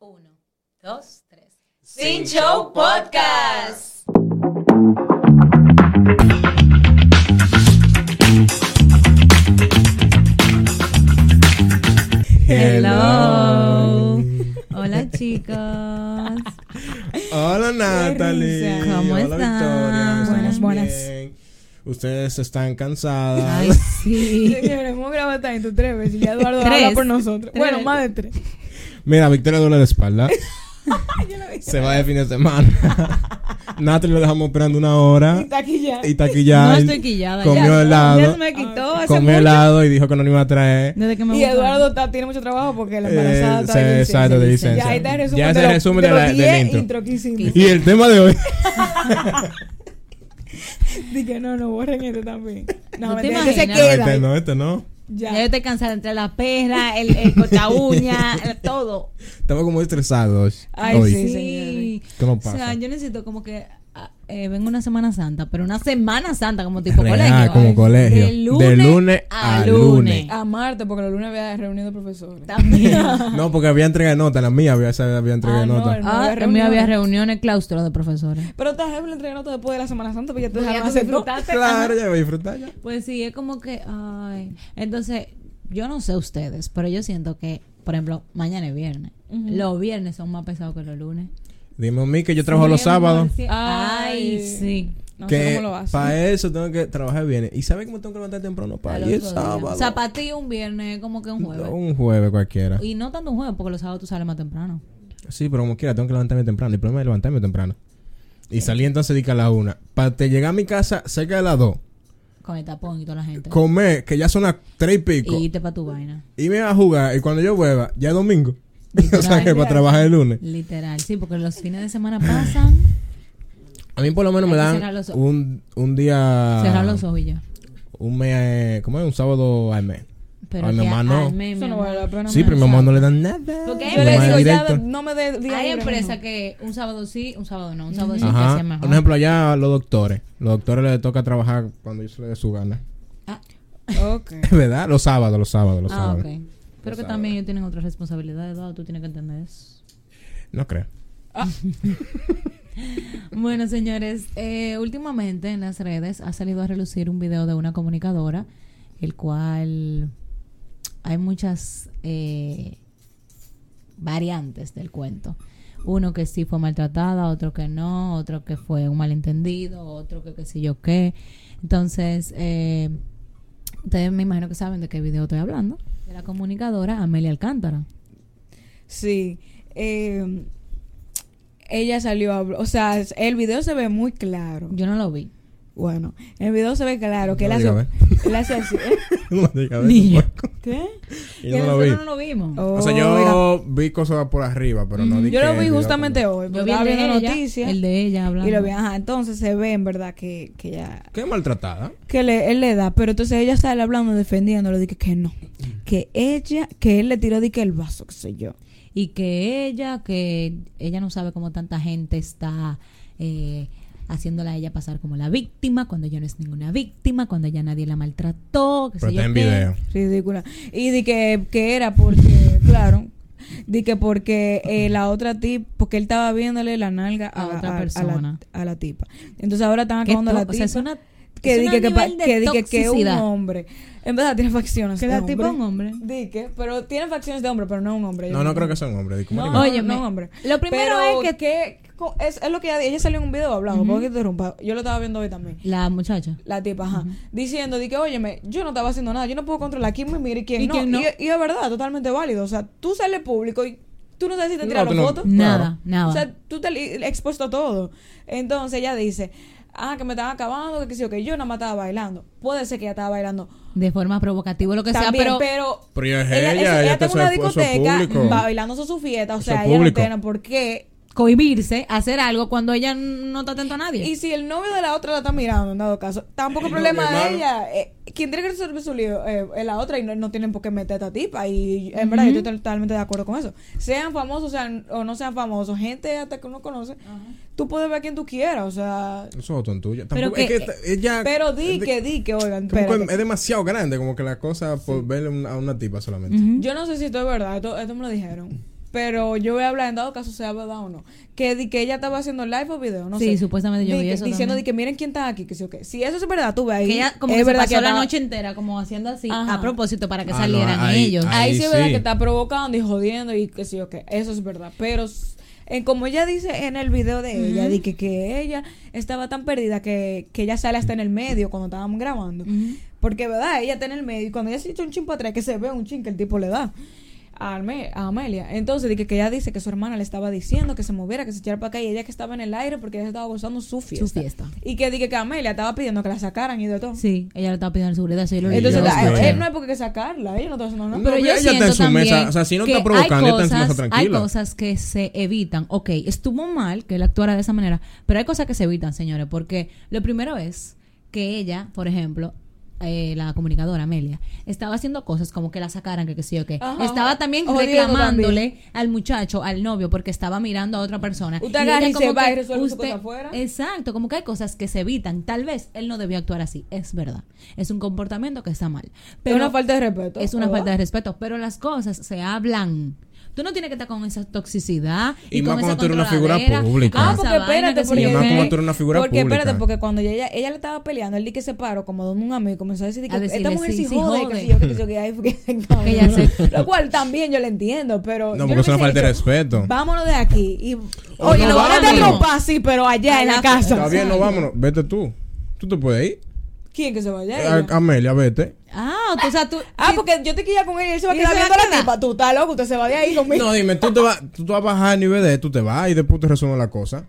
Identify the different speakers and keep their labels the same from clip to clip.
Speaker 1: Uno, dos, tres.
Speaker 2: Sin Show Podcast.
Speaker 1: Hello. Hola chicos.
Speaker 2: Hola Natalie.
Speaker 1: risa. ¿Cómo
Speaker 2: Hola
Speaker 1: están?
Speaker 2: Victoria. ¿Estamos
Speaker 3: Buenas, buenas.
Speaker 2: bien? Ustedes están cansadas.
Speaker 1: Ay, sí.
Speaker 3: Señores, hemos grabado tanto tres veces y ya Eduardo habla
Speaker 1: Tres.
Speaker 3: por nosotros.
Speaker 1: Tres.
Speaker 3: Bueno, más de tres.
Speaker 2: Mira, Victoria duele la espalda. Se va de fin de semana. Natalie lo dejamos esperando una
Speaker 3: Y
Speaker 2: hora.
Speaker 3: está aquí ya.
Speaker 2: Y está aquí ya.
Speaker 1: No estoy quillada.
Speaker 2: Comió
Speaker 1: ya.
Speaker 2: helado. Ah,
Speaker 1: Ya se me quitó hace
Speaker 2: comió
Speaker 1: mucho.
Speaker 2: helado y dijo que no lo iba a traer.
Speaker 1: Desde que me
Speaker 3: Y
Speaker 1: buscaron.
Speaker 3: Eduardo está- tiene mucho trabajo porque la embarazada
Speaker 2: Eh,
Speaker 3: está
Speaker 2: se-
Speaker 3: de
Speaker 2: exacto, de
Speaker 1: licencia.
Speaker 3: Ya
Speaker 2: licencia.
Speaker 3: ahí está el resumen,
Speaker 2: Ya
Speaker 3: de,
Speaker 2: está el
Speaker 3: los-
Speaker 2: resumen
Speaker 3: de
Speaker 2: de la- del
Speaker 3: los 10
Speaker 2: intro.
Speaker 3: intro que hicimos.
Speaker 2: Y el tema de hoy.
Speaker 3: Dije, no, no, borren esto también.
Speaker 1: ¿Tú
Speaker 3: No,
Speaker 1: te
Speaker 3: mentira, que se
Speaker 1: imaginas?
Speaker 2: No, este
Speaker 3: queda.
Speaker 2: no, este no.
Speaker 1: Ya yo
Speaker 3: Ya.
Speaker 1: estoy cansada entre la perra, el, el corta uña, el- todo.
Speaker 2: Estamos como estresados
Speaker 3: Ay,
Speaker 2: hoy.
Speaker 3: sí.
Speaker 2: ¿Qué nos
Speaker 1: O sea,
Speaker 2: pasa?
Speaker 1: yo necesito como que ah, eh, vengo una Semana Santa, pero una Semana Santa como tipo
Speaker 2: Real,
Speaker 1: colegio.
Speaker 2: como colegio.
Speaker 1: De lunes,
Speaker 2: De lunes
Speaker 1: a,
Speaker 2: a
Speaker 1: lunes. Ah,
Speaker 2: lunes.
Speaker 3: A Marta, porque la luna había reunido profesores.
Speaker 1: También.
Speaker 2: No, porque había entrega de nota. La mía había, esa había entrega
Speaker 3: Ah,
Speaker 2: de
Speaker 3: no,
Speaker 2: nota.
Speaker 3: hermano.
Speaker 1: Ah, en mí había reuniones claustros de profesores.
Speaker 3: Pero estás jefe le entregaron todo después de la Semana Santa, pues ya te
Speaker 1: Pues ya
Speaker 3: dejaron
Speaker 1: tú
Speaker 3: hacer todo.
Speaker 1: disfrutaste.
Speaker 2: Ah, Claro, ya voy a disfrutar ya.
Speaker 1: Pues sí, es como que, ay. Entonces, yo no sé ustedes, pero yo siento que, por ejemplo, mañana es viernes. Los viernes son más pesados que los lunes.
Speaker 2: Dime a mí que yo trabajo los sábados.
Speaker 1: Ay,
Speaker 3: Ay.
Speaker 1: sí.
Speaker 3: No sé
Speaker 2: que
Speaker 3: cómo lo haces.
Speaker 2: para eso tengo que trabajar bien. ¿Y sabes cómo tengo que levantar temprano? Para
Speaker 1: Al
Speaker 2: ir el
Speaker 1: otro día.
Speaker 2: sábado.
Speaker 1: O sea, para ti un viernes es como que un jueves.
Speaker 2: Un jueves cualquiera.
Speaker 1: Y no tanto un jueves, porque los sábados tú sales más temprano.
Speaker 2: Sí, pero como quiera, tengo que levantarme temprano. El problema es levantarme temprano. Y salí entonces dica a las una. Para te llegar a mi casa cerca de las dos.
Speaker 1: Con el tapón y toda la gente.
Speaker 2: Comer, que ya son las tres y pico.
Speaker 1: Y
Speaker 2: Y,
Speaker 1: irte para tu vaina.
Speaker 2: me va a jugar. Y cuando yo vuelva, ya es domingo. o sea, que
Speaker 1: Literal.
Speaker 2: para trabajar el lunes.
Speaker 1: Literal. Sí, porque los fines de semana pasan.
Speaker 2: A mí por lo menos
Speaker 1: Hay
Speaker 2: me
Speaker 1: que
Speaker 2: dan
Speaker 1: cerrar los ojos.
Speaker 2: un, un día...
Speaker 1: Cerrar los ojos y ya.
Speaker 2: Un mes... eh, ¿Cómo es? Un sábado al mes.
Speaker 1: Pero
Speaker 2: Ay, mi
Speaker 1: que
Speaker 2: mamá Ah, no.
Speaker 1: al mes,
Speaker 3: Eso
Speaker 1: mi
Speaker 3: no
Speaker 1: amor.
Speaker 3: vale la pena.
Speaker 2: sí, pero a mi mamá no le dan nada.
Speaker 1: Porque hay
Speaker 2: Mi
Speaker 3: Yo le
Speaker 2: mamá
Speaker 3: digo,
Speaker 2: es
Speaker 3: ya
Speaker 2: directo.
Speaker 3: no me dé día
Speaker 1: Hay
Speaker 3: libre,
Speaker 1: empresas
Speaker 3: no.
Speaker 1: que un sábado sí, un sábado no, un sábado sí que
Speaker 2: Ajá.
Speaker 1: hacen mejor.
Speaker 2: Un ejemplo, allá los doctores. Los doctores les toca trabajar cuando ellos se les dé su gana.
Speaker 1: ah,
Speaker 3: Ok.
Speaker 2: Es verdad, los sábados, los sábados, los
Speaker 1: ah, ok.
Speaker 2: sábados.
Speaker 1: Pero que
Speaker 2: sábados.
Speaker 1: también ellos tienen otras responsabilidades, Eduardo, tú tienes que entender eso.
Speaker 2: No creo.
Speaker 1: Bueno, señores, eh, últimamente en las redes ha salido a relucir un video de una comunicadora, el cual hay muchas eh, variantes del cuento. Uno que sí fue maltratada, otro que no, otro que fue un malentendido, otro que qué sé yo qué. Entonces, eh, ustedes me imagino que saben de qué video estoy hablando. De la comunicadora Amelia Alcántara.
Speaker 3: Sí. eh, ella salió a habl- O sea, el video se ve muy claro.
Speaker 1: Yo no lo vi.
Speaker 3: Bueno, el video se ve claro que
Speaker 2: No
Speaker 3: él
Speaker 2: diga,
Speaker 3: hace.
Speaker 2: a
Speaker 3: él hace así. ¿eh?
Speaker 2: No diga, a ver,
Speaker 1: Ni yo.
Speaker 2: tampoco.
Speaker 3: ¿Qué?
Speaker 2: Yo no
Speaker 1: Que
Speaker 2: lo
Speaker 1: nosotros
Speaker 2: vi.
Speaker 1: no lo vimos.
Speaker 3: Oh,
Speaker 2: O sea,
Speaker 3: mira.
Speaker 2: yo vi cosas por arriba, pero no di
Speaker 3: Yo
Speaker 2: que
Speaker 3: lo vi
Speaker 2: el video
Speaker 3: justamente
Speaker 2: como-
Speaker 3: hoy. porque
Speaker 1: Yo vi el
Speaker 3: pues, estaba
Speaker 1: de
Speaker 3: viendo
Speaker 1: ella,
Speaker 3: noticias.
Speaker 1: el de ella hablando.
Speaker 3: Y lo vi, ajá. Entonces se ve, en verdad, que, que ya.
Speaker 2: Qué maltratada.
Speaker 3: Que le- él le da. Pero entonces ella sale hablando, defendiéndolo. Dije que no.
Speaker 2: Mm.
Speaker 3: Que ella. Que él le tiró, dije el vaso, qué sé yo.
Speaker 1: y que ella, que ella no sabe cómo tanta gente está eh, haciéndola a ella pasar como la víctima, cuando ella no es ninguna víctima, cuando ella nadie la maltrató. qué sé
Speaker 2: Pero
Speaker 1: yo
Speaker 2: está en
Speaker 1: qué.
Speaker 2: video.
Speaker 3: Ridícula. Y di que, que era porque, claro, di que porque eh, la otra tipa, porque él estaba viéndole la nalga a,
Speaker 1: A otra
Speaker 3: a- a
Speaker 1: persona.
Speaker 3: la, a la tipa. Entonces ahora están
Speaker 1: Que
Speaker 3: acabando a la
Speaker 1: to-
Speaker 3: tipa.
Speaker 1: o sea, es una-
Speaker 3: que
Speaker 1: es
Speaker 3: di
Speaker 1: un
Speaker 3: que, que, pa-
Speaker 1: nivel de
Speaker 3: que di que- que un
Speaker 1: toxicidad.
Speaker 3: hombre. En verdad tiene facciones.
Speaker 1: Que
Speaker 3: de
Speaker 1: la tipa es un hombre.
Speaker 3: Di que, pero tiene facciones de hombre, pero no un hombre.
Speaker 2: No, no creo que sea un hombre. di, ¿cómo
Speaker 3: No,
Speaker 2: digo?
Speaker 3: no,
Speaker 1: Óyeme,
Speaker 3: no, hombre.
Speaker 1: lo primero
Speaker 3: Pero
Speaker 1: es que-
Speaker 3: co- es, es lo que ella, ella salió en un video hablando, ¿por qué te interrumpa? Yo lo estaba viendo hoy también.
Speaker 1: La muchacha.
Speaker 3: La tipa, ajá. Diciendo, di que, óyeme, yo no estaba haciendo nada, yo no puedo controlar quién me mira y quién
Speaker 1: ¿Y
Speaker 3: no.
Speaker 1: quién no?
Speaker 3: Y, y es verdad, totalmente válido. O sea, tú sales público y tú no sabes si te
Speaker 2: No,
Speaker 3: tiraron
Speaker 2: tú no-
Speaker 3: fotos.
Speaker 1: Nada, nada.
Speaker 3: O sea, tú te li- expuesto a todo. Entonces ella dice, ah, que me están acabando, que qué sé yo, que yo nada más estaba bailando. Puede ser que ella estaba bailando.
Speaker 1: de forma provocativa, lo que
Speaker 3: También,
Speaker 1: sea, pero,
Speaker 3: pero,
Speaker 2: Pero ella es
Speaker 3: ella,
Speaker 2: ella,
Speaker 3: eso-
Speaker 2: ella
Speaker 3: ella
Speaker 2: está
Speaker 3: está en una
Speaker 2: su- su
Speaker 3: discoteca,
Speaker 2: público.
Speaker 3: va bailando su fiesta, o
Speaker 2: Su
Speaker 3: sea, ella no
Speaker 2: público.
Speaker 3: tiene por qué
Speaker 1: cohibirse, hacer algo cuando ella no está atento a nadie.
Speaker 3: Y si el novio de la otra la está mirando, en dado caso, tampoco es
Speaker 2: No,
Speaker 3: problema
Speaker 2: mi
Speaker 3: de
Speaker 2: hermano.
Speaker 3: ella. Eh, quien tiene que resolver su lío eh, es la otra y no, no tienen por qué meter a esta tipa. Y en verdad, yo estoy totalmente de acuerdo con eso. Sean famosos sean- o no sean famosos, gente hasta que uno conoce, tú puedes ver a quien tú quieras. O sea,
Speaker 2: Eso es tontuya.
Speaker 1: Pero
Speaker 2: Tampoco,
Speaker 1: que-
Speaker 2: es que esta- ella...
Speaker 3: pero di
Speaker 2: es de-
Speaker 3: que, di que, oigan,
Speaker 2: como que
Speaker 3: espérate.
Speaker 2: es demasiado grande, como que la cosa por verle un- a una tipa solamente.
Speaker 3: Yo no sé si esto es verdad, esto, esto me lo dijeron. Pero yo voy a hablar en dado caso sea verdad o no. Que, di que ella estaba haciendo live o video, no
Speaker 1: Sí,
Speaker 3: sé.
Speaker 1: supuestamente yo
Speaker 3: Di
Speaker 1: vi
Speaker 3: que-
Speaker 1: eso
Speaker 3: Diciendo
Speaker 1: también.
Speaker 3: di que miren quién está aquí, que sí o qué. Si eso es verdad, tú ves ahí.
Speaker 1: Que ella como
Speaker 3: es
Speaker 1: que se
Speaker 3: verdad
Speaker 1: pasó la
Speaker 3: estaba-
Speaker 1: noche entera como haciendo así
Speaker 3: Ajá.
Speaker 1: a propósito para que
Speaker 2: Ah, no,
Speaker 1: salieran
Speaker 2: ahí-
Speaker 1: ellos.
Speaker 2: ahí-
Speaker 3: Ahí, sí es verdad
Speaker 2: sí.
Speaker 3: que está provocando y jodiendo y que sí o qué. Eso es verdad. Pero s- en, como ella dice en el video de ella, di que, que ella estaba tan perdida que, que ella sale hasta en el medio cuando estaban grabando.
Speaker 1: Ujú.
Speaker 3: Porque, ¿verdad? Ella está en el medio y cuando ella se echa un chin para atrás, que se ve un chin que el tipo le da a, Alme- a Amelia. Entonces, dije que ella dice que su hermana le estaba diciendo que se moviera, que se echara para acá y ella que estaba en el aire porque ella estaba gozando su fiesta.
Speaker 1: Su fiesta.
Speaker 3: Y que dije que Amelia estaba pidiendo que la sacaran y de todo.
Speaker 1: Sí, ella le estaba pidiendo seguridad. Eso yo lo leí.
Speaker 3: Entonces,
Speaker 1: Yo
Speaker 2: Dios
Speaker 1: lo
Speaker 3: la-
Speaker 2: mío.
Speaker 3: eh,
Speaker 1: escuché.
Speaker 3: no hay por qué sacarla, ella no está haciendo nada.
Speaker 2: No,
Speaker 1: Pero yo
Speaker 2: ella está en
Speaker 1: siento
Speaker 2: su mesa,
Speaker 1: también
Speaker 2: o sea, si no
Speaker 1: que
Speaker 2: está provocando,
Speaker 1: hay
Speaker 2: ella está en su mesa
Speaker 1: cosas-
Speaker 2: tranquila.
Speaker 1: Hay cosas que se evitan. Ok, estuvo mal que él actuara de esa manera, pero hay cosas que se evitan, señores, porque lo primero es que ella, por ejemplo, eh, la comunicadora Amelia, estaba haciendo cosas como que la sacaran, que qué sé yo qué.
Speaker 3: Ajá,
Speaker 1: estaba
Speaker 3: ajá.
Speaker 1: también
Speaker 3: Jodiendo
Speaker 1: reclamándole al muchacho, al novio, porque estaba mirando a otra persona.
Speaker 3: Usted
Speaker 1: ella
Speaker 3: agarra y se
Speaker 1: como
Speaker 3: va y
Speaker 1: que
Speaker 3: resuelve su cosa afuera.
Speaker 1: Exacto, como que hay cosas que se evitan. Tal vez él no debió actuar así, es verdad. Es un comportamiento que está mal.
Speaker 3: es una falta de respeto.
Speaker 1: Es una
Speaker 3: ¿verdad?
Speaker 1: falta de respeto, pero las cosas se hablan. Tú no tienes que estar con esa toxicidad. Y,
Speaker 2: Y más
Speaker 1: con esa
Speaker 2: cuando tú eres una figura
Speaker 1: controladera,
Speaker 2: pública.
Speaker 1: con
Speaker 3: Ah,
Speaker 1: esa
Speaker 3: porque
Speaker 1: vaina
Speaker 3: espérate,
Speaker 1: que
Speaker 3: porque,
Speaker 1: sí,
Speaker 2: Además,
Speaker 1: que-
Speaker 2: como tú eres una figura
Speaker 3: porque espérate,
Speaker 2: pública.
Speaker 3: porque cuando ella, ella le estaba peleando, él di que se paró como donde un amigo y comenzó a decir que
Speaker 1: A decirle,
Speaker 3: esta mujer
Speaker 1: sí,
Speaker 3: sí,
Speaker 1: sí
Speaker 3: jode,
Speaker 1: jode.
Speaker 3: que si yo que si yo que ahí fue que se encabró.
Speaker 1: Que ya sé.
Speaker 3: Lo cual también yo le entiendo, pero
Speaker 2: No,
Speaker 3: yo
Speaker 2: porque es
Speaker 3: le
Speaker 2: una
Speaker 3: hubiese
Speaker 2: falta de
Speaker 3: dicho,
Speaker 2: respeto.
Speaker 3: Vámonos de aquí y
Speaker 2: O
Speaker 3: oye,
Speaker 2: no
Speaker 3: lo van a
Speaker 2: vámonos.
Speaker 3: ropa sí, pero allá en la
Speaker 2: Está
Speaker 3: casa.
Speaker 2: bien, no
Speaker 1: Exacto.
Speaker 2: vámonos. Vete tú. Tú te puedes ir.
Speaker 3: ¿Quién que se vaya?
Speaker 2: A-
Speaker 3: Ella.
Speaker 2: Amelia, vete.
Speaker 1: Ah, tú- o sea, tú.
Speaker 3: Ah, porque yo te quilla con él y él se va a
Speaker 1: ¿Y se
Speaker 3: quedar
Speaker 1: va a
Speaker 3: viendo la
Speaker 1: quedar?
Speaker 3: tipa. Tú estás loco, usted se va de ahí conmigo.
Speaker 2: No, dime, tú te vas, tú te vas a bajar a nivel de, tú te vas y después te resumo la cosa.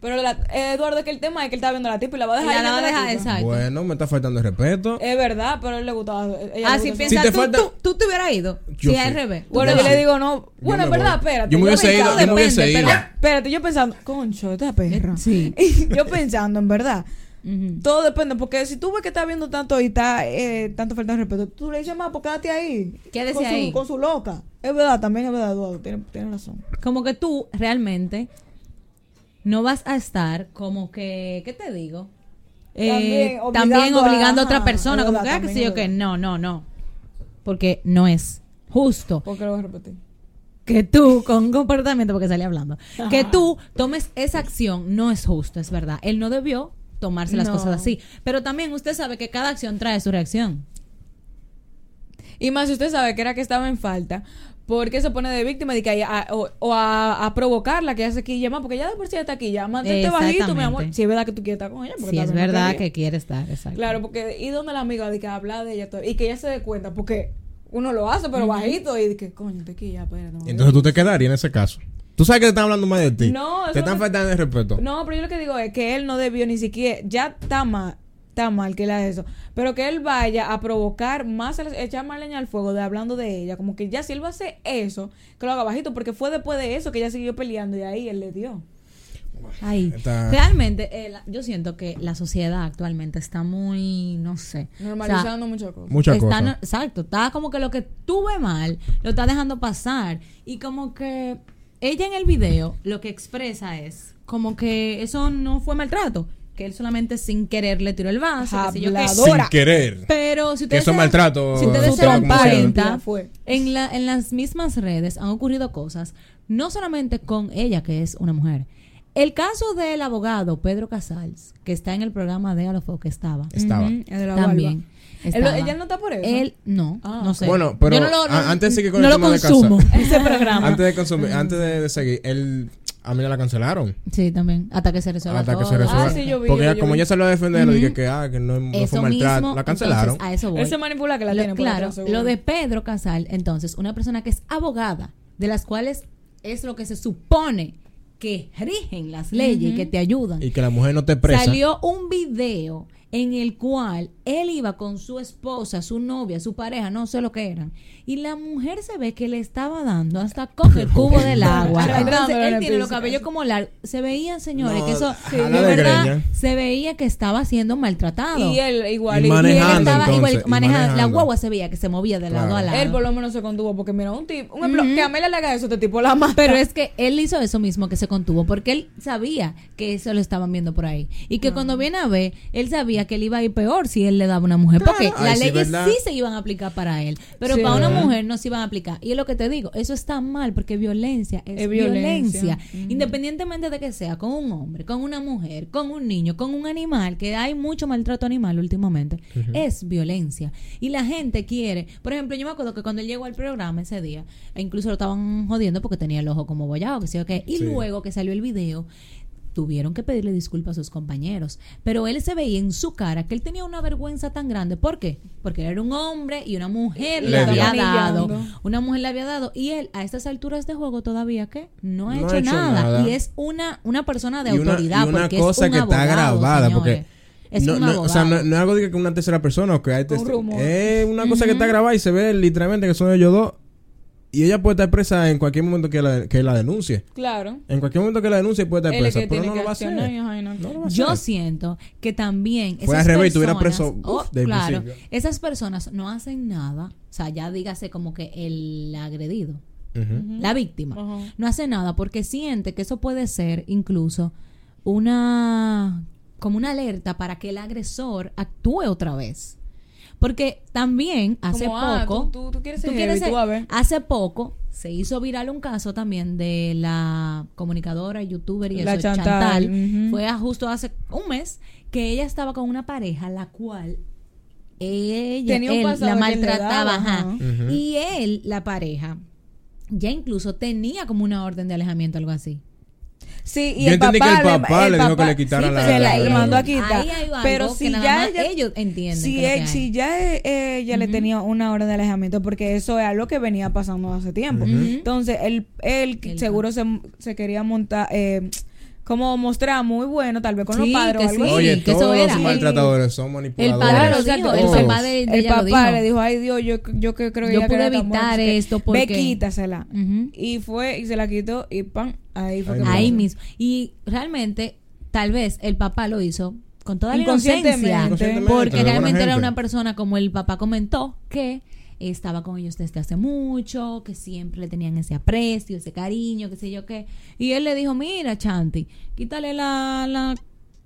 Speaker 3: Pero la, eh, Eduardo, es que el tema es que él estaba viendo a la tipa y la va a
Speaker 1: Y
Speaker 3: dejar.
Speaker 1: la
Speaker 3: ahí
Speaker 1: va a
Speaker 3: viendo
Speaker 1: dejar,
Speaker 3: tipa.
Speaker 1: exacto.
Speaker 2: Bueno, me está faltando el respeto.
Speaker 3: Es verdad, pero a él le gustaba. ella
Speaker 1: Ah,
Speaker 3: le
Speaker 1: si
Speaker 3: gusta-
Speaker 1: piensas,
Speaker 2: Si te
Speaker 1: tú,
Speaker 2: falta-
Speaker 1: tú, tú te hubieras ido.
Speaker 2: Yo
Speaker 1: si
Speaker 2: sí.
Speaker 1: al revés. tú
Speaker 3: Bueno,
Speaker 1: te
Speaker 3: yo
Speaker 1: vas.
Speaker 3: le digo no.
Speaker 2: Yo
Speaker 3: Bueno,
Speaker 2: me
Speaker 3: es verdad,
Speaker 2: voy.
Speaker 3: espérate.
Speaker 2: Yo me hubiese
Speaker 3: pensando-
Speaker 2: ido, yo me hubiese
Speaker 1: depende,
Speaker 2: ido.
Speaker 1: pero-
Speaker 3: Espérate, yo pensando, concho, esta perra.
Speaker 1: Sí.
Speaker 3: Y yo pensando, en verdad.
Speaker 1: Ujú.
Speaker 3: Todo depende, porque si tú ves que está viendo tanto y está eh, tanto falta de respeto, tú le dices más, pues quédate ahí.
Speaker 1: Quédese
Speaker 3: con su,
Speaker 1: ahí.
Speaker 3: Con su loca. Es verdad, también es verdad, Eduardo. Tienes tiene razón.
Speaker 1: Como que tú realmente no vas a estar como que. ¿Qué te digo? Eh,
Speaker 3: También
Speaker 1: también
Speaker 3: obligando
Speaker 1: obligando,
Speaker 3: a-
Speaker 1: a, otra
Speaker 3: ajá,
Speaker 1: persona.
Speaker 3: es
Speaker 1: Como que,
Speaker 3: verdad,
Speaker 1: ah, que
Speaker 3: también
Speaker 1: sí,
Speaker 3: es
Speaker 1: yo que
Speaker 3: verdad.
Speaker 1: no, no, no. Porque no es justo.
Speaker 3: ¿Por qué lo voy a repetir?
Speaker 1: que tú, con comportamiento, porque salí hablando, que tú tomes esa acción no es justo, es verdad. Él no debió tomarse las
Speaker 3: No.
Speaker 1: cosas así. Pero también usted sabe que cada acción trae su reacción.
Speaker 3: Y más si usted sabe que era que estaba en falta, ¿por qué se pone de víctima de que haya- a- o, o a, a provocarla que hace aquí llama? Porque ya de por sí está aquí ya. Mantente bajito, mi amor.
Speaker 1: Exactamente.
Speaker 3: Si es verdad que tú quieres estar con ella. porque
Speaker 1: Si es
Speaker 3: también no
Speaker 1: verdad
Speaker 3: quería.
Speaker 1: que quiere estar, exacto.
Speaker 3: Claro, porque y donde la amiga de que habla de ella todo- y que ella se dé cuenta, porque uno lo hace, pero bajito, y de que coño, te quilla, espérate. no".
Speaker 2: Entonces tú te quedarías en ese caso. Tú sabes que te están hablando más de ti.
Speaker 3: No, eso
Speaker 2: Te están
Speaker 3: no-
Speaker 2: faltando el respeto.
Speaker 3: No, pero yo lo que digo es que él no debió ni siquiera, ya está mal, está mal que él haga eso, pero que él vaya a provocar más, a las- echar más leña al fuego de hablando de ella, como que ya si él va a hacer eso, que lo haga bajito, porque fue después de eso que ella siguió peleando y ahí él le dio.
Speaker 1: Ay,
Speaker 2: Está-
Speaker 1: realmente, eh, la- yo siento que la sociedad actualmente está muy, no sé. o sea,
Speaker 3: Normalizando muchas cosas.
Speaker 2: Muchas
Speaker 1: está
Speaker 2: cosas.
Speaker 1: no- exacto, está como que lo que tuve mal lo está dejando pasar y como que ella en el video lo que expresa es como que eso no fue maltrato, que él solamente sin querer le tiró el vaso, qué sé yo qué.
Speaker 3: Hablador.
Speaker 2: Sin
Speaker 3: Dora.
Speaker 2: querer.
Speaker 1: Pero si
Speaker 2: Que
Speaker 1: ustedes
Speaker 2: eso es
Speaker 1: se-
Speaker 2: maltrato,
Speaker 1: si ustedes
Speaker 2: su
Speaker 1: se dan
Speaker 2: trabajo, como sea.
Speaker 1: cuenta,
Speaker 3: Fue.
Speaker 1: en, la, en las mismas redes han ocurrido cosas, no solamente con ella, que es una mujer. El caso del abogado Pedro Casals, que está en el programa de Alofo, que estaba.
Speaker 2: Estaba.
Speaker 3: Ujú, el de la
Speaker 1: También.
Speaker 3: Él-
Speaker 1: estaba.
Speaker 3: ella no está por eso.
Speaker 1: Él no,
Speaker 3: Ah.
Speaker 1: no sé.
Speaker 2: Bueno, pero
Speaker 1: Yo no lo-
Speaker 2: a- antes sí que con
Speaker 1: no
Speaker 2: el
Speaker 1: lo
Speaker 2: tema de
Speaker 1: consumo
Speaker 2: Casals.
Speaker 1: ese programa.
Speaker 2: Antes de consumir, antes de, de seguir, él, a mí no la cancelaron.
Speaker 1: Sí, también. Hasta que se resuelva.
Speaker 2: Hasta que
Speaker 1: todo.
Speaker 2: se resuelva.
Speaker 3: Ah, sí, yo vi,
Speaker 2: Porque
Speaker 3: yo
Speaker 2: ella-
Speaker 3: vi.
Speaker 2: como ella salió a defenderlo, dije que, ah, que no, no
Speaker 1: Eso
Speaker 2: fue maltrato.
Speaker 1: mismo,
Speaker 2: la cancelaron.
Speaker 1: entonces, a eso voy.
Speaker 3: Él se manipula que la
Speaker 1: Lo-
Speaker 3: tiene pues, por
Speaker 1: claro,
Speaker 3: atrás, seguro.
Speaker 1: lo de Pedro Casal, entonces, una persona que es abogada, de las cuales es lo que se supone que rigen las leyes y que te ayudan.
Speaker 2: Y que la mujer no te presa.
Speaker 1: Salió un video en el cual él iba con su esposa, su novia, su pareja, no sé lo que eran, y la mujer se ve que le estaba dando hasta con el cubo del agua.
Speaker 3: Ay,
Speaker 1: Entonces
Speaker 3: dámelo en
Speaker 1: él
Speaker 3: el
Speaker 1: tiene los
Speaker 3: piso.
Speaker 1: cabellos como largos. Se veían, señores,
Speaker 2: No,
Speaker 1: que eso,
Speaker 2: jala
Speaker 1: de
Speaker 2: de
Speaker 1: verdad,
Speaker 2: greña.
Speaker 1: se veía que estaba siendo maltratado.
Speaker 3: Y él igual.
Speaker 2: Y
Speaker 1: Y él
Speaker 2: manejando,
Speaker 1: estaba
Speaker 2: entonces,
Speaker 1: igualito,
Speaker 2: y
Speaker 1: manejando. La
Speaker 2: manejando.
Speaker 1: guagua se veía que se movía de lado
Speaker 2: Claro.
Speaker 1: a lado.
Speaker 3: Él por lo menos se contuvo, porque mira, un tipo, un ejemplo, que Amelia le haga eso, este tipo la mata.
Speaker 1: pero es que él hizo eso mismo que se contuvo porque él sabía que eso lo estaban viendo por ahí. Y que cuando viene a ver, él sabía que él iba a ir peor si él le daba a una mujer.
Speaker 2: Claro.
Speaker 1: Porque
Speaker 2: Ay,
Speaker 1: las
Speaker 2: sí,
Speaker 1: leyes
Speaker 2: ¿verdad?
Speaker 1: sí se iban a aplicar para él, pero
Speaker 3: Sí.
Speaker 1: para una mujer no se iban a aplicar. Y es lo que te digo, eso está mal porque violencia es,
Speaker 3: Es violencia.
Speaker 1: violencia. Independientemente de que sea con un hombre, con una mujer, con un niño, con un animal, que hay mucho maltrato animal últimamente, es violencia. Y la gente quiere, por ejemplo, yo me acuerdo que cuando él llegó al programa ese día, e incluso lo estaban jodiendo porque tenía el ojo como bollado, que sé yo qué, y
Speaker 2: Sí.
Speaker 1: luego que salió el video. Tuvieron que pedirle disculpas a sus compañeros, pero él se veía en su cara que él tenía una vergüenza tan grande. ¿Por qué? Porque era un hombre y una mujer le,
Speaker 2: Le dio.
Speaker 1: había dado.
Speaker 3: Humillando.
Speaker 1: Una mujer le había dado. Y él, a estas alturas de juego, todavía que no ha
Speaker 2: No ha
Speaker 1: hecho,
Speaker 2: hecho
Speaker 1: nada.
Speaker 2: nada.
Speaker 1: Y es una, una persona de
Speaker 2: y una,
Speaker 1: autoridad.
Speaker 2: y una
Speaker 1: porque
Speaker 2: cosa
Speaker 1: es un
Speaker 2: que está
Speaker 1: abogado,
Speaker 2: grabada
Speaker 1: señores.
Speaker 2: porque
Speaker 1: Es
Speaker 2: no,
Speaker 1: un
Speaker 2: no,
Speaker 1: abogado.
Speaker 2: o sea, no, no es algo de que una tercera persona o que hay test-
Speaker 3: rumor.
Speaker 2: es una cosa que está grabada y se ve literalmente que son ellos dos y ella puede estar presa en cualquier momento que la, que la denuncie
Speaker 3: Claro.
Speaker 2: en cualquier momento que la denuncie puede estar
Speaker 3: Él es
Speaker 2: presa
Speaker 3: que
Speaker 2: pero
Speaker 3: tiene
Speaker 2: no
Speaker 3: que
Speaker 2: lo va a hacer
Speaker 3: accionar y ajá, y no.
Speaker 2: No lo va a
Speaker 1: Yo
Speaker 2: hacer.
Speaker 1: siento que también.
Speaker 2: Fue
Speaker 1: esas
Speaker 2: al revés y estuviera
Speaker 1: personas- oh,
Speaker 2: preso, uf, desde el
Speaker 1: claro.
Speaker 2: principio.
Speaker 1: Esas personas no hacen nada. O sea, ya dígase como que el agredido,
Speaker 2: Ujú.
Speaker 1: la víctima,
Speaker 3: Ajá.
Speaker 1: no hace nada porque siente que eso puede ser incluso una. como una alerta para que el agresor actúe otra vez. Porque también hace
Speaker 3: Como, ah,
Speaker 1: poco.
Speaker 3: tú- tú- tú quieres ser heavy,
Speaker 1: ser-
Speaker 3: tú a ver.
Speaker 1: Hace poco se hizo viral un caso también de la comunicadora, youtuber y
Speaker 3: La
Speaker 1: eso,
Speaker 3: Chantal,
Speaker 1: Chantal.
Speaker 3: ujú.
Speaker 1: Fue a justo hace un mes que ella estaba con una pareja la cual ella
Speaker 3: Tenía un
Speaker 1: él
Speaker 3: pasado
Speaker 1: la
Speaker 3: que él le daba,
Speaker 1: maltrataba, ajá.
Speaker 3: ajá.
Speaker 2: Ujú.
Speaker 1: Y él, la pareja, ya incluso tenía como una orden de alejamiento, algo así.
Speaker 3: Sí, y
Speaker 2: Yo
Speaker 3: el
Speaker 2: entendí
Speaker 3: papá,
Speaker 2: que el papá le dijo que le quitara
Speaker 1: la-
Speaker 3: se
Speaker 1: la-
Speaker 3: la,
Speaker 1: la-
Speaker 3: mandó a
Speaker 1: ahí
Speaker 3: quitar.
Speaker 1: hay algo
Speaker 3: pero
Speaker 1: que
Speaker 3: si
Speaker 1: nada
Speaker 3: ya
Speaker 1: más
Speaker 3: ella-
Speaker 1: ellos entienden
Speaker 3: Si,
Speaker 1: que es lo
Speaker 3: él-
Speaker 1: que hay.
Speaker 3: si ya eh, eh, ella le tenía una hora de alejamiento, porque eso es algo que venía pasando hace tiempo. Entonces, él, él
Speaker 1: El
Speaker 3: seguro se, se quería montar, eh, como mostrar muy bueno, tal vez con los
Speaker 1: Sí,
Speaker 3: padres o
Speaker 1: que
Speaker 3: algo
Speaker 1: sí.
Speaker 3: así.
Speaker 2: Oye,
Speaker 1: que eso
Speaker 2: todos
Speaker 1: era.
Speaker 2: los maltratadores son manipuladores.
Speaker 1: padre
Speaker 3: lo
Speaker 2: Todos.
Speaker 3: dijo, el
Speaker 1: papá de-
Speaker 3: El
Speaker 1: Ella lo
Speaker 3: papá
Speaker 1: dijo.
Speaker 3: le dijo, ay Dios, yo, yo que creo que
Speaker 1: Yo
Speaker 3: ella
Speaker 1: pude
Speaker 3: quería tan buena,
Speaker 1: evitar
Speaker 3: así que,
Speaker 1: esto
Speaker 3: Ve,
Speaker 1: porque-
Speaker 3: quítasela.
Speaker 1: Ujú.
Speaker 3: Y fue y se la quitó y pam, ahí fue
Speaker 2: Ahí
Speaker 3: que
Speaker 2: mismo.
Speaker 1: Ahí
Speaker 3: pasó.
Speaker 1: mismo. Y realmente, tal vez el papá lo hizo con toda la
Speaker 3: Inconscientemente.
Speaker 1: inocencia.
Speaker 2: Inconscientemente,
Speaker 1: Porque
Speaker 2: de buena
Speaker 1: realmente era
Speaker 2: gente.
Speaker 1: una persona, como el papá comentó, que estaba con ellos desde hace mucho, que siempre le tenían ese aprecio, ese cariño, qué sé yo qué. Y él le dijo, mira, Chanti, quítale la, la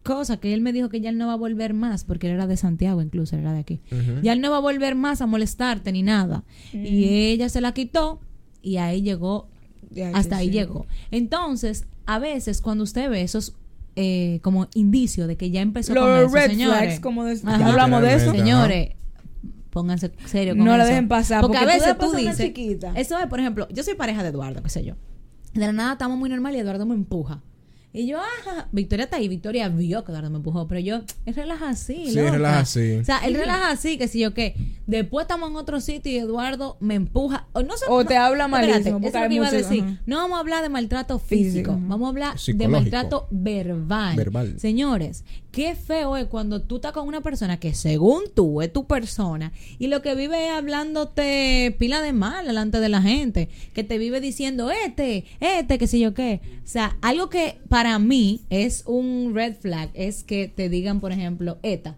Speaker 1: cosa que él me dijo que ya él no va a volver más, porque él era de Santiago incluso, él era de aquí. Ya él no va a volver más a molestarte ni nada. Y ella se la quitó y ahí llegó
Speaker 3: Ya,
Speaker 1: hasta
Speaker 3: sí,
Speaker 1: ahí
Speaker 3: sí.
Speaker 1: llegó. Entonces, a veces cuando usted ve esos eh, como indicios de que ya empezó
Speaker 3: Los
Speaker 1: con eso,
Speaker 3: red
Speaker 1: señores,
Speaker 3: flags, como de-
Speaker 1: Ajá.
Speaker 3: ya hablamos de eso.
Speaker 2: Literalmente.
Speaker 1: señores, pónganse serio con
Speaker 3: No la
Speaker 1: eso.
Speaker 3: dejen pasar,
Speaker 1: porque,
Speaker 3: porque
Speaker 1: a
Speaker 3: tú
Speaker 1: veces
Speaker 3: le
Speaker 1: tú
Speaker 3: pasas a una
Speaker 1: dices,
Speaker 3: chiquita.
Speaker 1: eso es, por ejemplo, yo soy pareja de Eduardo, qué sé yo. De la nada estamos muy normal y Eduardo me empuja. Y yo, ajá, Victoria está ahí, Victoria vio que Eduardo me empujó, pero yo, él relaja así,
Speaker 2: Sí,
Speaker 1: loca.
Speaker 2: él relaja así.
Speaker 1: O sea, él relaja así, que si yo qué. Después estamos en otro sitio y Eduardo me empuja. O, no sé,
Speaker 3: O te
Speaker 1: no-
Speaker 3: habla malísimo,
Speaker 1: espérate,
Speaker 3: porque
Speaker 1: eso es
Speaker 3: hay
Speaker 1: lo que iba a
Speaker 3: muchos,
Speaker 1: decir.
Speaker 3: ajá.
Speaker 1: No vamos a hablar de maltrato
Speaker 3: Físico,
Speaker 1: físico,
Speaker 3: ajá.
Speaker 1: vamos a hablar de
Speaker 2: Psicológico.
Speaker 1: maltrato verbal.
Speaker 2: Verbal.
Speaker 1: Señores, qué feo es cuando tú estás con una persona que según tú es tu persona y lo que vive es hablándote pila de mal delante de la gente, que te vive diciendo este, este, qué sé yo qué. O sea, algo que para mí es un red flag es que te digan, por ejemplo, ETA.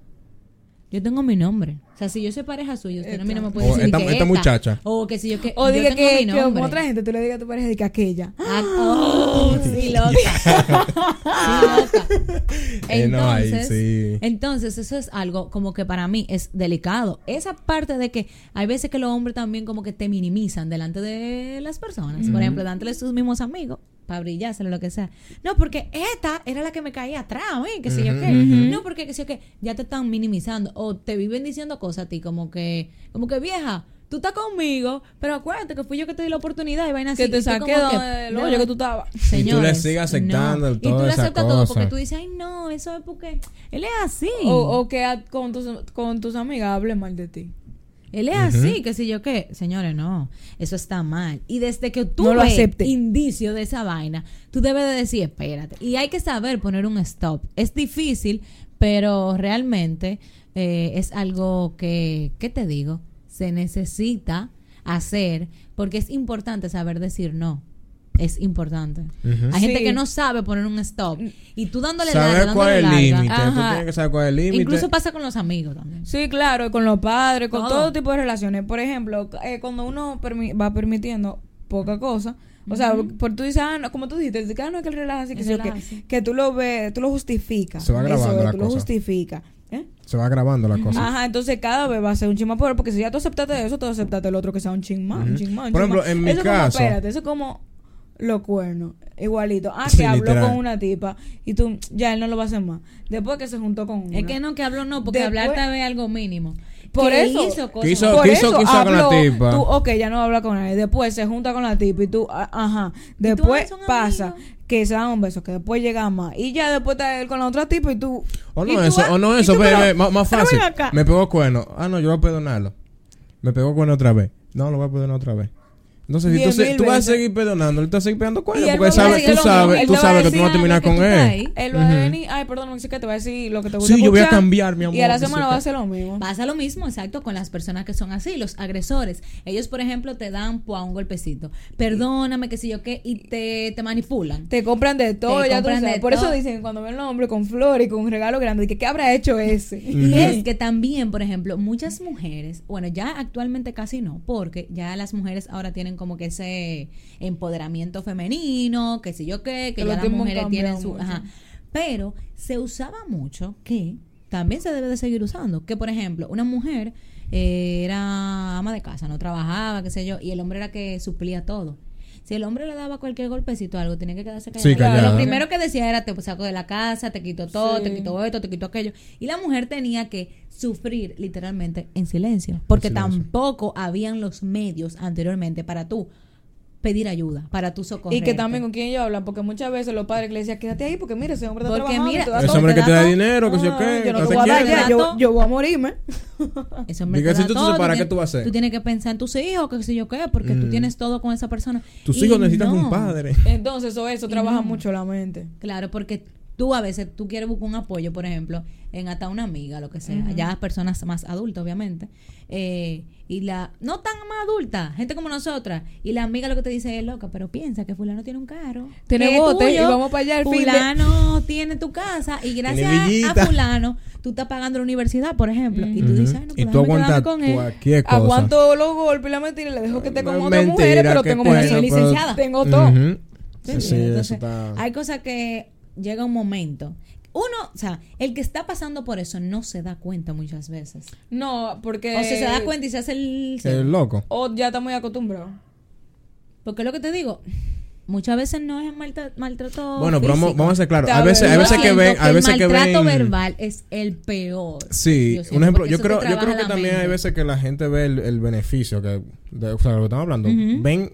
Speaker 1: Yo tengo mi nombre. O sea, si yo soy pareja suya, usted a mí no me puede
Speaker 2: O
Speaker 1: decir
Speaker 2: esta-
Speaker 1: que
Speaker 2: esta
Speaker 1: esta.
Speaker 2: muchacha.
Speaker 1: O que si yo que
Speaker 3: O
Speaker 1: yo
Speaker 3: diga
Speaker 1: tengo
Speaker 3: que,
Speaker 1: mi
Speaker 3: que
Speaker 1: nombre.
Speaker 3: como otra gente, tú le digas a tu pareja de que aquella.
Speaker 1: Ah, oh, sí, loca. Sí, loca.
Speaker 2: Eh, no, ahí
Speaker 1: Entonces,
Speaker 2: sí.
Speaker 1: entonces, eso es algo como que para mí es delicado. Esa parte de que hay veces que los hombres también como que te minimizan delante de las personas. Por ejemplo, delante de sus mismos amigos. Para brillárselo, lo que sea. No, porque esta era la que me caía atrás, ¿eh? Que sé yo qué. No, porque que sé yo qué. Ya te están minimizando. O te viven diciendo cosas a ti como que, como que vieja. Tú estás conmigo, pero acuérdate que fui yo que te di la oportunidad y vaina así.
Speaker 3: que te
Speaker 1: Y tú como
Speaker 3: saqué
Speaker 1: que,
Speaker 3: donde- del hoyo que tú estabas.
Speaker 2: Y tú le
Speaker 1: Señores,
Speaker 2: sigues aceptando
Speaker 1: no.
Speaker 2: toda
Speaker 1: Y tú le
Speaker 2: esa
Speaker 1: aceptas todo porque
Speaker 2: cosa.
Speaker 1: tú dices, ay, no, eso es porque él es así.
Speaker 3: O, o que a- con tus, con tus amigas hable mal de ti.
Speaker 1: Él es así, qué sé yo qué. Señores, no, eso está mal. Y desde que tú
Speaker 3: No lo
Speaker 1: ves
Speaker 3: acepte.
Speaker 1: indicio de esa vaina, tú debes de decir, espérate. Y hay que saber poner un stop. Es difícil, pero realmente eh, es algo que, ¿qué te digo? Se necesita hacer porque es importante saber decir no. Es importante. Hay gente
Speaker 3: Sí.
Speaker 1: que no sabe poner un stop. Y tú dándole
Speaker 2: Saber
Speaker 1: larga,
Speaker 2: cuál es
Speaker 1: dándole
Speaker 2: el
Speaker 1: larga.
Speaker 2: límite. Tú
Speaker 3: Ajá.
Speaker 2: tienes que saber cuál es el límite.
Speaker 1: Incluso pasa con los amigos también.
Speaker 3: Sí, claro, con los padres, con
Speaker 1: Todo.
Speaker 3: todo tipo de relaciones. Por ejemplo, eh, cuando uno permi- va permitiendo poca cosa, O sea, por tú dices, ah, no, como tú dijiste, dices, ah, no, es que él relaja así, que,
Speaker 1: Él
Speaker 3: sí,
Speaker 1: relaja
Speaker 3: que,
Speaker 1: así.
Speaker 3: que tú lo ves, tú lo justificas.
Speaker 2: Se va grabando
Speaker 3: Eso,
Speaker 2: la
Speaker 3: tú lo
Speaker 2: cosa.
Speaker 3: justificas. ¿Eh?
Speaker 2: Se va grabando la cosa.
Speaker 3: Ajá, entonces cada vez va a ser un chin más pobre, porque si ya tú aceptaste eso, tú aceptaste el otro que sea un chin más, un
Speaker 2: Ujú.
Speaker 3: chin más, un
Speaker 2: Por
Speaker 3: chin
Speaker 2: ejemplo,
Speaker 3: más.
Speaker 2: en mi
Speaker 3: eso
Speaker 2: caso-
Speaker 3: Como, espérate, eso es como los cuernos, igualito. Ah,
Speaker 2: Sí,
Speaker 3: que habló
Speaker 2: literal.
Speaker 3: con una tipa y tú, ya él no lo va a hacer más. Después que se juntó con una.
Speaker 1: Es que no, que hablo no, porque
Speaker 3: Después-
Speaker 1: hablar tal vez es algo mínimo.
Speaker 3: Por
Speaker 1: Que
Speaker 3: eso.
Speaker 1: hizo cosas
Speaker 2: Que hizo-
Speaker 1: malas.
Speaker 3: Por
Speaker 2: ¿Qué hizo-
Speaker 3: eso
Speaker 2: qué hizo con la
Speaker 3: habló,
Speaker 2: tipa?
Speaker 3: Tú, ok, ya no habla con nadie. Después se junta con la tipa y tú, ah, ajá. Después
Speaker 1: son
Speaker 3: pasa
Speaker 1: amigos.
Speaker 3: que se dan un beso, que después llega más. Y ya después está él con la otra tipa y tú.
Speaker 2: O
Speaker 3: y
Speaker 2: no
Speaker 3: tú,
Speaker 2: eso,
Speaker 3: ah,
Speaker 2: o no
Speaker 3: y
Speaker 2: eso,
Speaker 3: tú,
Speaker 2: ve,
Speaker 3: pero-
Speaker 2: ve, más, más
Speaker 3: pero ven
Speaker 2: fácil.
Speaker 3: acá.
Speaker 2: Me pegó cuerno. Ah, no, yo voy a perdonarlo. Me pegó cuerno otra vez. No, lo voy a perdonar otra vez. Entonces, si
Speaker 3: Diez
Speaker 2: tú, se-
Speaker 3: mil
Speaker 2: tú vas a
Speaker 3: veces.
Speaker 2: seguir perdonando, él te va a seguir pegando cuerno.
Speaker 3: Y él
Speaker 2: Porque
Speaker 3: va a
Speaker 2: sabes,
Speaker 3: decir
Speaker 2: tú
Speaker 3: lo mismo.
Speaker 2: sabes,
Speaker 3: Él
Speaker 2: tú
Speaker 3: te va a
Speaker 2: sabes que tú
Speaker 1: decir,
Speaker 2: no vas a
Speaker 1: ah, de
Speaker 2: terminar
Speaker 1: que
Speaker 2: con
Speaker 1: tú estás ahí.
Speaker 2: él.
Speaker 3: Él va a venir, ay, perdón, me dice que te va a decir lo que te gusta.
Speaker 2: Sí, yo voy a
Speaker 3: escuchar",
Speaker 2: cambiar, mi amor,
Speaker 3: Y a la
Speaker 2: que sé
Speaker 3: semana va a
Speaker 2: qué.
Speaker 3: hacer lo mismo.
Speaker 1: Pasa lo mismo, exacto, con las personas que son así, los agresores. Ellos, por ejemplo, te dan pua, un golpecito. Perdóname, que si yo qué, y te, te manipulan.
Speaker 3: Te compran de todo,
Speaker 1: Te
Speaker 3: ya tú
Speaker 1: compran
Speaker 3: sabes.
Speaker 1: de
Speaker 3: Por eso
Speaker 1: todo.
Speaker 3: dicen, cuando ven los hombres con flores y con un regalo grande, que ¿qué habrá hecho
Speaker 2: Mm.
Speaker 3: ese?
Speaker 1: Es que también, por ejemplo, muchas mujeres, bueno, ya actualmente casi no, porque ya las mujeres ahora tienen como que ese empoderamiento femenino, que si yo qué, que
Speaker 3: Que
Speaker 1: ya
Speaker 3: los
Speaker 1: las
Speaker 3: tiempos han
Speaker 1: mujeres tienen
Speaker 3: cambiado
Speaker 1: su...
Speaker 3: mucho.
Speaker 1: Ajá. Pero se usaba mucho que también se debe de seguir usando, que por ejemplo, una mujer eh, era ama de casa, no trabajaba, qué sé yo, y el hombre era que suplía todo. Si el hombre le daba cualquier golpecito o algo, tenía que quedarse callado.
Speaker 2: Sí, callada.
Speaker 1: Lo primero que decía era te saco de la casa, te quito todo, te quito esto, te quito aquello. Y la mujer tenía que sufrir literalmente en silencio, porque
Speaker 2: silencio.
Speaker 1: tampoco habían los medios anteriormente para tú pedir ayuda, para tú socorrer.
Speaker 3: Y que también con quién yo hablan, porque muchas veces los padres que le decían, quédate ahí, porque mira, ese hombre está
Speaker 1: Porque
Speaker 3: trabajando.
Speaker 1: mira,
Speaker 3: te da
Speaker 1: Ese
Speaker 3: todo".
Speaker 2: hombre que te da
Speaker 1: dato.
Speaker 2: dinero, que si yo qué,
Speaker 3: Ah, yo no
Speaker 2: no
Speaker 3: te
Speaker 2: te
Speaker 3: voy a dar
Speaker 1: quiere.
Speaker 3: ya, yo, yo voy a morirme.
Speaker 1: Ese hombre
Speaker 2: Diga,
Speaker 1: te
Speaker 2: si
Speaker 1: da
Speaker 2: tú te
Speaker 1: todo,
Speaker 2: separas,
Speaker 1: tienes-
Speaker 2: ¿qué tú vas a hacer?
Speaker 1: Tú tienes que pensar en tus hijos, que sé yo qué, porque tú
Speaker 2: Mm.
Speaker 1: tienes todo con esa persona.
Speaker 2: Tus
Speaker 1: Y
Speaker 2: hijos necesitan
Speaker 1: no.
Speaker 2: un padre.
Speaker 3: Entonces, eso, eso trabaja mucho la mente.
Speaker 1: Claro, porque tú a veces tú quieres buscar un apoyo, por ejemplo, en hasta una amiga, lo que sea, ya personas más adultas, obviamente, eh, y la no tan más adulta, gente como nosotras, y la amiga lo que te dice es loca, pero piensa que fulano tiene un carro,
Speaker 3: Tiene
Speaker 1: que es
Speaker 3: bote y vamos para allá el fin de-
Speaker 1: fulano tiene tu casa y gracias a-
Speaker 2: villita.
Speaker 1: a fulano tú estás pagando la universidad, por ejemplo, y tú
Speaker 2: Ujú.
Speaker 1: dices, "Ay, no, pues
Speaker 2: y
Speaker 1: fulano
Speaker 2: tú
Speaker 1: me
Speaker 2: aguantas
Speaker 1: quedame con él.
Speaker 2: cualquier cosa.
Speaker 3: Aguanto los golpes y la mentira y le dejo que esté con
Speaker 2: No es
Speaker 3: otras mujeres,
Speaker 2: mentira,
Speaker 3: pero
Speaker 2: que
Speaker 3: tengo
Speaker 2: bueno,
Speaker 3: mujer
Speaker 2: pero-
Speaker 1: licenciada.
Speaker 3: Tengo todo.
Speaker 2: Ujú.
Speaker 1: ¿Tú
Speaker 2: Sí, sí,
Speaker 1: entiendes?
Speaker 2: eso
Speaker 1: Entonces,
Speaker 2: está.
Speaker 1: hay cosas que llega un momento. Uno, o sea, el que está pasando por eso no se da cuenta muchas veces.
Speaker 3: No, porque.
Speaker 1: O sea, se
Speaker 2: Eh,
Speaker 1: da cuenta y se hace el...
Speaker 2: Es loco.
Speaker 3: O ya está muy acostumbrado.
Speaker 1: Porque es lo que te digo, muchas veces no es maltra- maltrato
Speaker 2: Bueno, pero vamos,
Speaker 1: físico.
Speaker 2: vamos a ser claros.
Speaker 3: Te
Speaker 2: A veces,
Speaker 3: avergüenza.
Speaker 2: a veces
Speaker 1: Yo
Speaker 2: que
Speaker 1: siento
Speaker 2: ven, a veces
Speaker 1: el
Speaker 2: que ven.
Speaker 1: maltrato verbal es el peor.
Speaker 2: Sí,
Speaker 1: siento,
Speaker 2: un ejemplo,
Speaker 1: porque
Speaker 2: yo
Speaker 1: eso te
Speaker 2: creo, yo
Speaker 1: trabaja
Speaker 2: creo que
Speaker 1: la
Speaker 2: también hay
Speaker 1: mente.
Speaker 2: veces que la gente ve el, el beneficio que, de, o sea, lo que estamos hablando. Ven,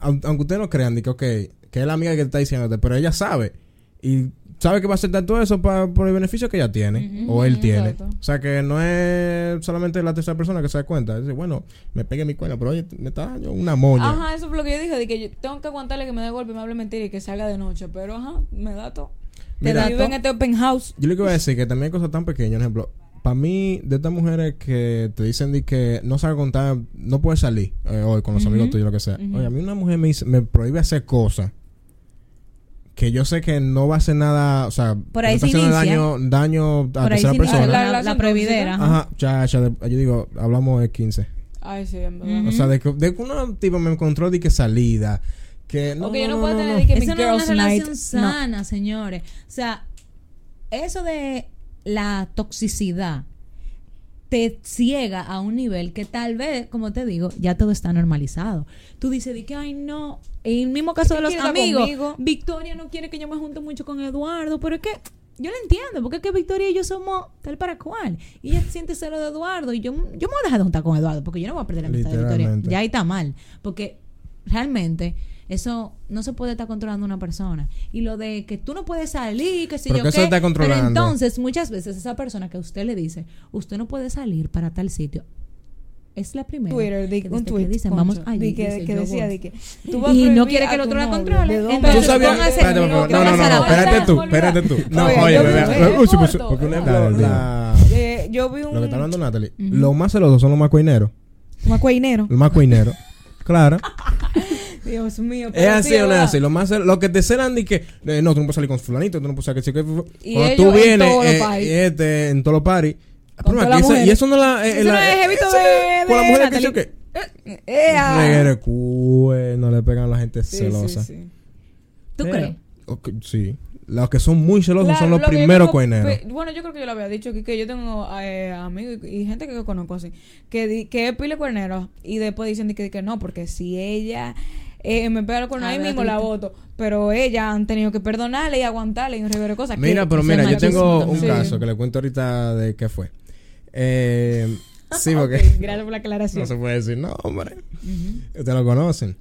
Speaker 2: au- aunque ustedes no crean, de que, ok, que es la amiga que te está diciéndote, pero ella sabe. Y sabe que va a aceptar todo eso pa- por el beneficio que ella tiene, o él tiene.
Speaker 3: exacto.
Speaker 2: O sea, que no es solamente la tercera persona que se da cuenta. Dice, bueno, me pegué mi cuerno, pero oye, me está dando una moña.
Speaker 3: Ajá, eso fue lo que yo dije, de que yo tengo que aguantarle que me dé golpe, me hable mentira y que salga de noche. Pero ajá, me da todo. Te
Speaker 2: Mira.
Speaker 3: da vivo en este open house.
Speaker 2: Yo lo que iba a decir que también hay cosas tan pequeñas, por ejemplo, para mí, de estas mujeres que te dicen de que no sabes contar, no puedes salir eh, hoy con los amigos tuyos, lo que sea. Oye, a mí una mujer me, dice- me prohíbe hacer cosas que yo sé que no va a hacer nada, o sea,
Speaker 1: Por ahí
Speaker 2: no está
Speaker 1: se
Speaker 2: haciendo
Speaker 1: inicia.
Speaker 2: daño, daño a
Speaker 1: Por ahí
Speaker 2: tercera
Speaker 1: se inicia
Speaker 2: persona.
Speaker 1: la,
Speaker 3: La
Speaker 1: la
Speaker 3: relación
Speaker 1: providera. ajá.
Speaker 2: Ajá, chacha, de- yo digo, hablamos de 15.
Speaker 3: Ay, sí, en verdad.
Speaker 2: O sea, de que, de que una tipo me encontró de que salida, que no,
Speaker 3: Ok, yo
Speaker 2: no,
Speaker 3: no
Speaker 2: no,
Speaker 3: puedo
Speaker 2: no,
Speaker 3: tener
Speaker 2: no.
Speaker 3: de que mi
Speaker 1: Eso no es
Speaker 3: girls
Speaker 1: una
Speaker 3: night.
Speaker 1: relación
Speaker 3: No.
Speaker 1: sana, señores. O sea, eso de la toxicidad te ciega a un nivel que tal vez, como te digo, ya todo está normalizado. Tú dices, di que, ay, no. En el mismo caso de
Speaker 3: ¿Quién
Speaker 1: los
Speaker 3: quiere estar
Speaker 1: amigos,
Speaker 3: conmigo?
Speaker 1: Victoria no quiere que yo me junte mucho con Eduardo, pero es que yo la entiendo, porque es que Victoria y yo somos tal para cual. Y ella siente cero de Eduardo, y yo, yo me voy a dejar de juntar con Eduardo, porque yo no voy a perder la amistad de Victoria.
Speaker 2: Literalmente.
Speaker 1: Ya ahí está mal, porque realmente eso no se puede estar controlando una persona. Y lo de que tú no puedes salir, que si
Speaker 2: Pero
Speaker 1: yo
Speaker 2: que eso
Speaker 1: qué,
Speaker 2: está
Speaker 1: Pero
Speaker 2: controlando.
Speaker 1: entonces, muchas veces esa persona que a usted le dice, usted no puede salir para tal sitio. Es la primera.
Speaker 3: Twitter, di-
Speaker 1: que
Speaker 3: un
Speaker 1: desde que
Speaker 3: tweet.
Speaker 1: dicen,
Speaker 3: concho,
Speaker 1: vamos allí",
Speaker 3: di que,
Speaker 1: dice,
Speaker 3: que
Speaker 1: "Yo
Speaker 3: decía,
Speaker 1: voy".
Speaker 3: de que
Speaker 1: Y no quiere que el otro la controle. Entonces,
Speaker 2: Tú sabías,
Speaker 1: póngase
Speaker 2: espérate, por favor.
Speaker 1: loco,
Speaker 2: no, no, no,
Speaker 1: póngase
Speaker 2: no,
Speaker 1: loco.
Speaker 2: espérate tú, espérate tú. No,
Speaker 3: Oiga,
Speaker 2: oye,
Speaker 3: yo
Speaker 2: bebé,
Speaker 3: vi-
Speaker 2: bebe,
Speaker 3: eh,
Speaker 2: uy, sí,
Speaker 3: corto,
Speaker 2: sí, porque un
Speaker 3: eh,
Speaker 2: ejemplo,
Speaker 3: corto.
Speaker 2: la-
Speaker 3: Eh, yo vi un.
Speaker 2: lo que está hablando Natalie, los más celosos son los más coineros,
Speaker 3: Un acuainero.
Speaker 2: los más coineros. Claro.
Speaker 3: Dios mío.
Speaker 2: Es
Speaker 3: pero
Speaker 2: así o no es
Speaker 3: ¿verdad?
Speaker 2: así. Los más cel- los que te celan y que eh, no, tú no puedes salir con fulanito, tú no puedes salir con que
Speaker 3: Y
Speaker 2: Cuando
Speaker 3: ellos
Speaker 2: tú
Speaker 3: en
Speaker 2: vienes
Speaker 3: todos los
Speaker 2: eh,
Speaker 3: paris.
Speaker 2: este, en todos los paris. Ah, pero
Speaker 3: todas
Speaker 2: aquí
Speaker 3: las
Speaker 2: esa- y
Speaker 3: mujeres.
Speaker 2: eso no la eh,
Speaker 3: Eso
Speaker 2: la-
Speaker 3: no es jevito
Speaker 2: esa-
Speaker 3: de-
Speaker 2: con la
Speaker 3: de
Speaker 2: mujer que
Speaker 3: Natalie.
Speaker 2: yo que
Speaker 3: Eh, ¡Ea!
Speaker 2: Reguero cue, no le pegan a la gente
Speaker 3: Sí, sí,
Speaker 2: celosa.
Speaker 3: sí.
Speaker 1: ¿Tú
Speaker 2: Pero-
Speaker 1: crees?
Speaker 2: Ok, sí. Los que son muy celosos
Speaker 3: Claro,
Speaker 2: son los
Speaker 3: lo que yo
Speaker 2: primeros
Speaker 3: tengo-
Speaker 2: coineros.
Speaker 3: pe- Bueno, yo creo que yo lo había dicho aquí, que yo tengo eh, amigos y, y gente que yo conozco así, que, di- que es pile cuernero y después dicen de que, que no, porque si ella eh, me pega el cuerno
Speaker 1: Ah,
Speaker 3: ahí
Speaker 1: ¿verdad,
Speaker 3: mismo la
Speaker 1: Tito?
Speaker 3: voto, pero ella han tenido que perdonarle y aguantarle y un reguero de cosas. que-
Speaker 2: Mira, pero
Speaker 1: que
Speaker 2: mira,
Speaker 1: sea
Speaker 2: yo tengo
Speaker 1: malísimo
Speaker 2: un
Speaker 1: también.
Speaker 2: caso que le cuento ahorita de qué fue. Eh, sí, porque
Speaker 3: Ok, gracias por la aclaración.
Speaker 2: no se puede decir nombre. Ustedes lo conocen.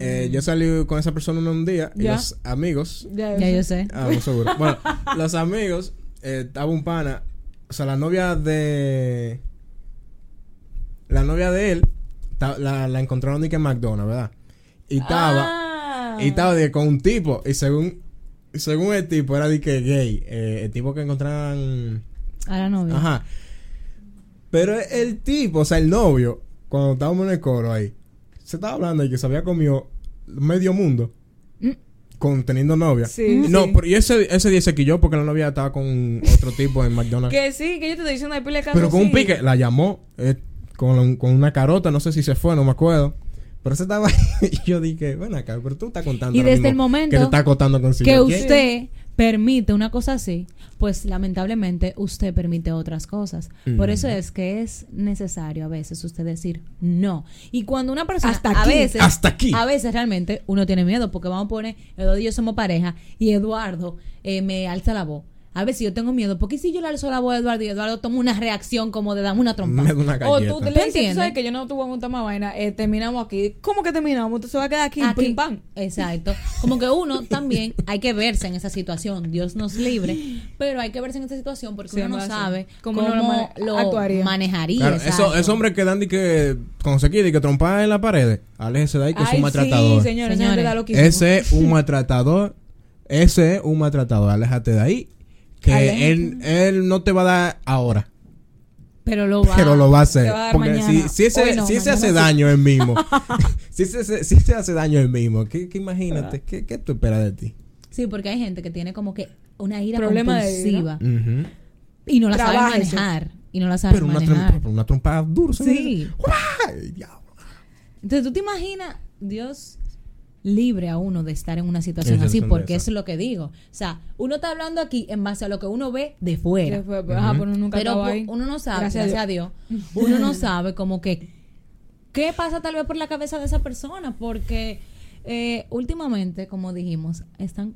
Speaker 2: Eh, Yo salí con esa persona un día y
Speaker 3: Ya.
Speaker 2: los amigos
Speaker 3: Ya,
Speaker 1: Ya
Speaker 3: eso.
Speaker 1: yo sé.
Speaker 2: Ah, muy seguro. Bueno, los amigos, eh, estaba un pana, o sea, la novia de... La novia de él, ta- la, la encontraron de que en McDonald's, ¿verdad? Y estaba,
Speaker 3: Ah.
Speaker 2: y estaba de que con un tipo, y según, y según el tipo, era de que gay, eh, el tipo que encontraron...
Speaker 1: A la novia.
Speaker 2: Ajá. Pero el tipo, o sea, el novio, cuando estábamos en el coro ahí, se estaba hablando de que se había comido medio mundo
Speaker 1: Mm.
Speaker 2: con teniendo novia.
Speaker 3: Sí,
Speaker 2: No,
Speaker 3: sí.
Speaker 2: pero y ese, ese día se quilló porque la novia estaba con otro tipo en McDonald's.
Speaker 3: Que sí, que yo te estoy diciendo, hay pile de casos
Speaker 2: Pero con un
Speaker 3: así.
Speaker 2: pique, la llamó eh, con, con una carota, no sé si se fue, no me acuerdo. Pero ese estaba ahí y yo dije, bueno, acá, pero tú estás contando.
Speaker 1: Y
Speaker 2: ahora
Speaker 1: desde
Speaker 2: mismo
Speaker 1: el momento
Speaker 2: Que te estás acotando con
Speaker 1: que
Speaker 2: Silvia.
Speaker 1: usted permite una cosa así, pues lamentablemente usted permite otras cosas. Por eso es que es necesario a veces usted decir no. Y cuando una persona
Speaker 3: Hasta
Speaker 1: a
Speaker 3: aquí.
Speaker 1: veces
Speaker 2: Hasta aquí.
Speaker 1: a veces realmente uno tiene miedo porque vamos a poner Eduardo y yo somos pareja y Eduardo eh, me alza la voz. A veces yo tengo miedo, porque si yo le alzo la voz a Eduardo y Eduardo toma una reacción como de dame una
Speaker 2: Me
Speaker 1: trompa.
Speaker 2: da una
Speaker 3: O
Speaker 2: galleta.
Speaker 3: tú te
Speaker 1: ¿Tú
Speaker 3: le dices,
Speaker 1: entiendes?
Speaker 3: tú sabes que yo no tuve un más vaina, eh, terminamos aquí. ¿Cómo que terminamos? Tú se va a quedar aquí,
Speaker 1: Aquí.
Speaker 3: pim pam.
Speaker 1: Ah, Exacto. Como que uno también hay que verse en esa situación. Dios nos libre, pero hay que verse en esa situación porque
Speaker 3: Sí,
Speaker 1: uno no
Speaker 3: pasa.
Speaker 1: sabe
Speaker 3: Cómo
Speaker 1: cómo,
Speaker 3: uno lo
Speaker 1: lo
Speaker 3: actuaría.
Speaker 1: manejaría.
Speaker 2: Claro,
Speaker 1: exacto.
Speaker 2: eso, esos hombres que dan de que conseguir y que trompar en la pared, aléjese de ahí que es
Speaker 3: Ay,
Speaker 2: un maltratador.
Speaker 3: Sí, señores, señores,
Speaker 1: Señores.
Speaker 3: da lo que
Speaker 2: ese es un maltratador, ese es un maltratador, aléjate de ahí, que
Speaker 3: Aléjate.
Speaker 2: él, él no te va a dar ahora,
Speaker 1: Pero lo va.
Speaker 2: pero lo va a hacer.
Speaker 3: te va a dar
Speaker 2: Porque
Speaker 3: mañana.
Speaker 2: si, si ese,
Speaker 3: Hoy no,
Speaker 2: si ese
Speaker 3: mañana
Speaker 2: hace
Speaker 3: sí.
Speaker 2: daño el mismo, si, se, si se hace daño el mismo, ¿qué, qué imagínate? ¿Qué, ¿Qué tú esperas de ti?
Speaker 1: Sí, porque hay gente que tiene como que una ira
Speaker 3: Problema de
Speaker 1: compulsiva
Speaker 2: Ujú.
Speaker 1: y no la sabe
Speaker 3: Trabaja eso.
Speaker 1: manejar. Y no la sabe
Speaker 2: Pero una
Speaker 1: manejar.
Speaker 2: trompa, pero una trompa dura,
Speaker 1: Sí.
Speaker 2: señores. ¡Ay, diablo!
Speaker 1: Entonces tú te imaginas, Dios libre a uno de estar en una situación
Speaker 2: Esa es
Speaker 1: así,
Speaker 2: una
Speaker 1: porque
Speaker 2: de esas.
Speaker 1: eso es lo que digo. O sea, uno está hablando aquí en base a lo que uno ve de fuera.
Speaker 3: Después, pues, ajá, pues uno nunca
Speaker 1: pero
Speaker 3: acaba
Speaker 1: pu-
Speaker 3: ahí.
Speaker 1: uno no sabe,
Speaker 3: Gracias
Speaker 1: gracias,
Speaker 3: a
Speaker 1: a Dios, uno no sabe como que qué pasa tal vez por la cabeza de esa persona, porque eh, últimamente, como dijimos, están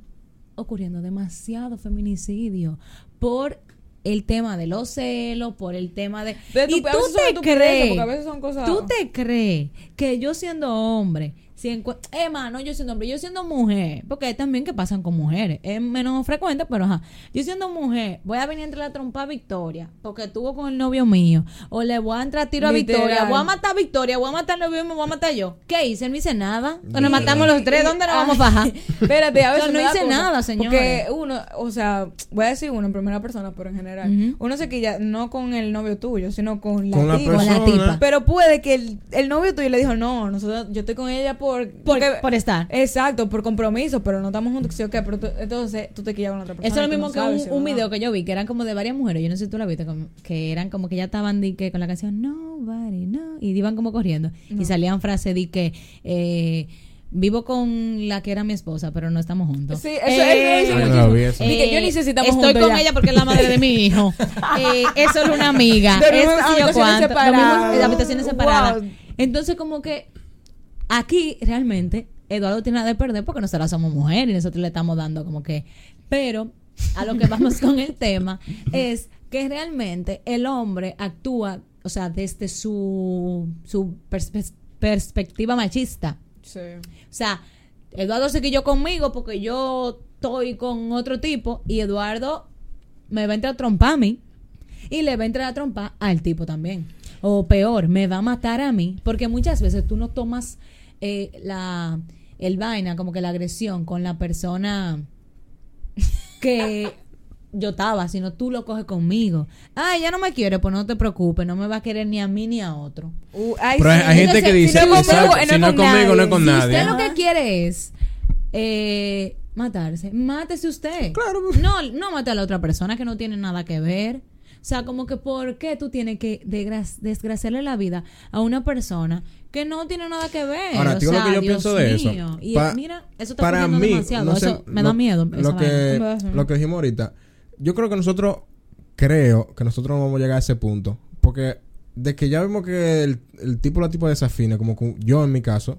Speaker 1: ocurriendo demasiado feminicidio por el tema de los celos, por el tema de...
Speaker 3: De tu-
Speaker 1: y
Speaker 3: pues, a
Speaker 1: tú
Speaker 3: veces son
Speaker 1: te
Speaker 3: estupideces,
Speaker 1: crees,
Speaker 3: porque a veces son cosas-
Speaker 1: tú te crees que yo siendo hombre, si encuentro... Emma, no yo siendo hombre, yo siendo mujer, porque hay también que pasan con mujeres, es menos frecuente, pero ajá, yo siendo mujer, voy a venir entre la trompa a Victoria, porque estuvo con el novio mío, o le voy a entrar a tiro a
Speaker 3: Literal.
Speaker 1: Victoria, voy a matar a Victoria, voy a matar al novio mío, voy a matar yo. ¿Qué hice? No hice nada. O
Speaker 2: Literal.
Speaker 1: nos matamos los tres, ¿dónde nos
Speaker 3: Ay,
Speaker 1: vamos a bajar?
Speaker 3: Espérate, a
Speaker 1: Yo
Speaker 3: veces
Speaker 1: no
Speaker 3: me da
Speaker 1: hice
Speaker 3: cosa,
Speaker 1: nada, señores.
Speaker 3: Porque uno, o sea, voy a decir uno en primera persona, pero en general,
Speaker 1: Ujú.
Speaker 3: uno se quilla no con el novio tuyo, sino con la
Speaker 2: Con la
Speaker 3: tipa.
Speaker 1: Con la
Speaker 2: persona.
Speaker 1: tipa.
Speaker 3: Pero puede que el, el novio tuyo le dijo, no, nosotros, yo estoy con ella por...
Speaker 1: Por,
Speaker 3: porque-
Speaker 1: por estar.
Speaker 3: Exacto, por compromiso, pero no estamos juntos, ¿sí o qué? Pero tú- entonces tú te quillas con la otra persona.
Speaker 1: Eso es lo
Speaker 3: tú
Speaker 1: mismo
Speaker 3: no
Speaker 1: que
Speaker 3: sabes
Speaker 1: un,
Speaker 3: si
Speaker 1: un
Speaker 3: no.
Speaker 1: video que yo vi, que eran como de varias mujeres, yo no sé si tú la viste, como- que eran como que ya estaban di que con la canción Nobody, no, y iban como corriendo. Y salían frases de que eh, vivo con la que era mi esposa, pero no estamos juntos.
Speaker 3: Sí, eso- eso-
Speaker 2: eso-
Speaker 1: eh,
Speaker 2: Yo Ah, no lo vi eso.
Speaker 1: eh,
Speaker 3: Dije, yo ni sé si estamos
Speaker 1: Estoy
Speaker 3: juntos
Speaker 1: con
Speaker 3: ya.
Speaker 1: ella porque es la madre de mi hijo. Eh, es solo una amiga.
Speaker 3: De
Speaker 1: es
Speaker 3: nuevo,
Speaker 1: que sí yo
Speaker 3: habitaciones
Speaker 1: cuánto. Lo mismo,
Speaker 3: separadas.
Speaker 1: eh, habitaciones separadas.
Speaker 3: Wow.
Speaker 1: Entonces como que aquí realmente Eduardo tiene nada de perder porque nosotras somos mujeres y nosotros le estamos dando como que... Pero a lo que vamos con el tema es que realmente el hombre actúa, o sea, desde su, su perspe- perspectiva machista.
Speaker 3: Sí.
Speaker 1: O sea, Eduardo se quilló conmigo porque yo estoy con otro tipo y Eduardo me va a entrar a trompar a mí y le va a entrar a trompar al tipo también. O peor, me va a matar a mí porque muchas veces tú no tomas eh, la el vaina, como que la agresión con la persona que yo estaba, sino tú lo coges conmigo. Ah, ya no me quiere, pues no te preocupes, no me va a querer ni a mí ni a otro.
Speaker 3: Uh, ay,
Speaker 2: Pero hay,
Speaker 3: sí.
Speaker 2: hay gente que
Speaker 3: Entonces,
Speaker 2: dice,
Speaker 3: si no es conmigo,
Speaker 2: exacto,
Speaker 3: eh,
Speaker 2: si no es conmigo, no es con
Speaker 3: nadie.
Speaker 1: Si
Speaker 2: nadie.
Speaker 1: usted lo
Speaker 3: Ajá.
Speaker 1: que quiere es eh, matarse, mátese usted.
Speaker 2: Claro.
Speaker 1: No, no mate a la otra persona que no tiene nada que ver. O sea, como que ¿por qué tú tienes que desgra- desgraciarle la vida a una persona que no tiene nada que ver.
Speaker 2: Ahora,
Speaker 1: o
Speaker 2: digo lo
Speaker 1: sea,
Speaker 2: que yo
Speaker 1: Dios
Speaker 2: pienso de eso.
Speaker 1: mío. Y
Speaker 2: Pa-
Speaker 1: mira, eso está
Speaker 2: para
Speaker 1: ocurriendo
Speaker 2: mí,
Speaker 1: demasiado.
Speaker 2: no sé,
Speaker 1: eso me
Speaker 2: lo-
Speaker 1: da miedo. esa
Speaker 2: Lo
Speaker 1: vaina.
Speaker 2: que,
Speaker 3: vaina.
Speaker 2: lo que dijimos ahorita, yo creo que nosotros, creo que nosotros no vamos a llegar a ese punto. Porque de que ya vimos que el, el tipo o la tipo desafina, como cu- yo en mi caso,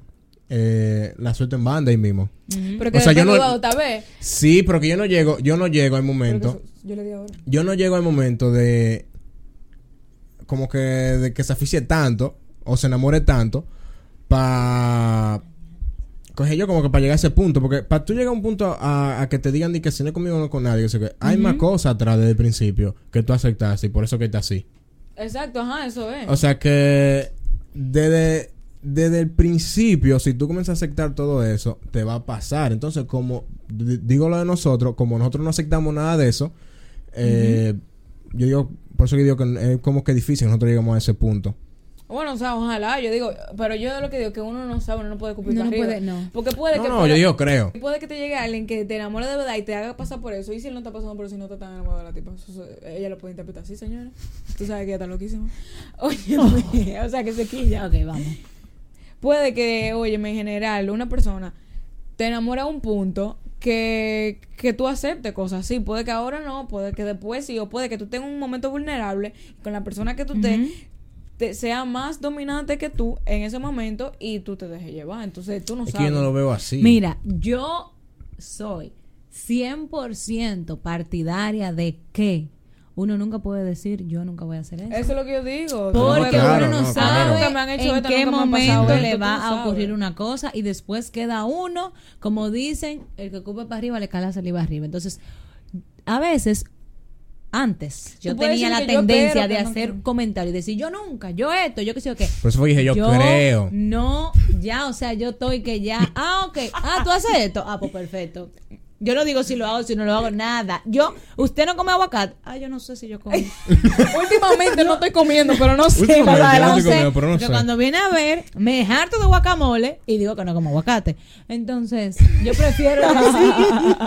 Speaker 2: eh, la suelto en banda ahí mismo.
Speaker 3: Pero que
Speaker 2: O sea, yo
Speaker 3: después
Speaker 2: no-
Speaker 3: iba otra vez.
Speaker 2: Sí, pero que yo no llego, yo no llego al
Speaker 3: Pero que
Speaker 2: momento,
Speaker 3: eso- yo le di ahora.
Speaker 2: yo no llego al momento de, como que, de que se aficie tanto, o se enamore tanto, para... Coge yo como que para llegar a ese punto, porque para tú llegar a un punto a, a que te digan ni que si no es conmigo no es con nadie, que sé qué, hay más cosas atrás desde el principio que tú aceptaste y por eso que está así.
Speaker 3: Exacto, ajá, eso es.
Speaker 2: O sea que desde, desde el principio, si tú comienzas a aceptar todo eso, te va a pasar. Entonces, como di- digo lo de nosotros, como nosotros no aceptamos nada de eso, eh, yo digo, por eso que digo que es como que difícil que nosotros llegamos a ese punto.
Speaker 3: Bueno, o sea, ojalá, yo digo, pero yo de lo que digo que uno no sabe, uno no puede cumplir
Speaker 1: No, no
Speaker 3: arriba.
Speaker 1: puede, no.
Speaker 3: Porque puede
Speaker 2: no,
Speaker 3: que
Speaker 2: no,
Speaker 3: pueda-
Speaker 2: yo digo creo.
Speaker 3: puede que te llegue alguien que te enamore de verdad y te haga pasar por eso. Y si él no está pasando por eso y no está tan enamorado de la tipa, eso- eso- ella lo puede interpretar así, señora. Tú sabes que ella está loquísima. Oye, o sea, que se quilla.
Speaker 1: Ok, vamos.
Speaker 3: Puede que, oye, en general, una persona te enamora a un punto que, que tú aceptes cosas así. Puede que ahora no, puede que después sí, o puede que tú tengas un momento vulnerable y con la persona que tú
Speaker 1: Ujú.
Speaker 3: te, te- sea más dominante que tú en ese momento y tú te dejes llevar. Entonces tú no
Speaker 2: es que
Speaker 3: sabes.
Speaker 2: yo no lo veo así.
Speaker 1: Mira, yo soy 100% partidaria de que uno nunca puede decir, yo nunca voy a hacer eso.
Speaker 3: Eso es lo que yo digo.
Speaker 1: Porque
Speaker 2: Claro,
Speaker 1: uno no,
Speaker 2: no, claro.
Speaker 1: sabe
Speaker 3: Nunca me han hecho
Speaker 1: en
Speaker 3: esto,
Speaker 1: qué
Speaker 3: nunca me ha
Speaker 1: momento
Speaker 3: pasado esto,
Speaker 1: le
Speaker 3: tú
Speaker 1: va
Speaker 3: no
Speaker 1: a ocurrir
Speaker 3: sabes.
Speaker 1: una cosa y después queda uno, como dicen, el que ocupa para arriba le cae la saliva arriba. Entonces, a veces, antes, yo
Speaker 3: Tú puedes
Speaker 1: tenía
Speaker 3: decir
Speaker 1: la
Speaker 3: que yo
Speaker 1: tendencia
Speaker 3: pero
Speaker 1: de
Speaker 3: que no
Speaker 1: hacer
Speaker 3: quiero.
Speaker 1: comentarios y decir, yo nunca, yo esto, yo qué sé yo qué.
Speaker 2: Por eso fue que dije, yo, creo.
Speaker 1: No, ya, o sea, yo estoy que ya. Ah, ok. Ah, tú haces esto. Ah, pues perfecto. Yo no digo si lo hago, si no lo hago, nada. Yo, usted no come aguacate. Ah, yo no sé si yo como.
Speaker 3: Últimamente no estoy comiendo, pero no sé.
Speaker 2: Últimamente,
Speaker 3: para
Speaker 2: yo no
Speaker 3: adelante.
Speaker 2: estoy comiendo, pero no
Speaker 1: Yo
Speaker 2: sé.
Speaker 1: cuando viene a ver, me harto de guacamole y digo que no como aguacate. Entonces, yo prefiero decir,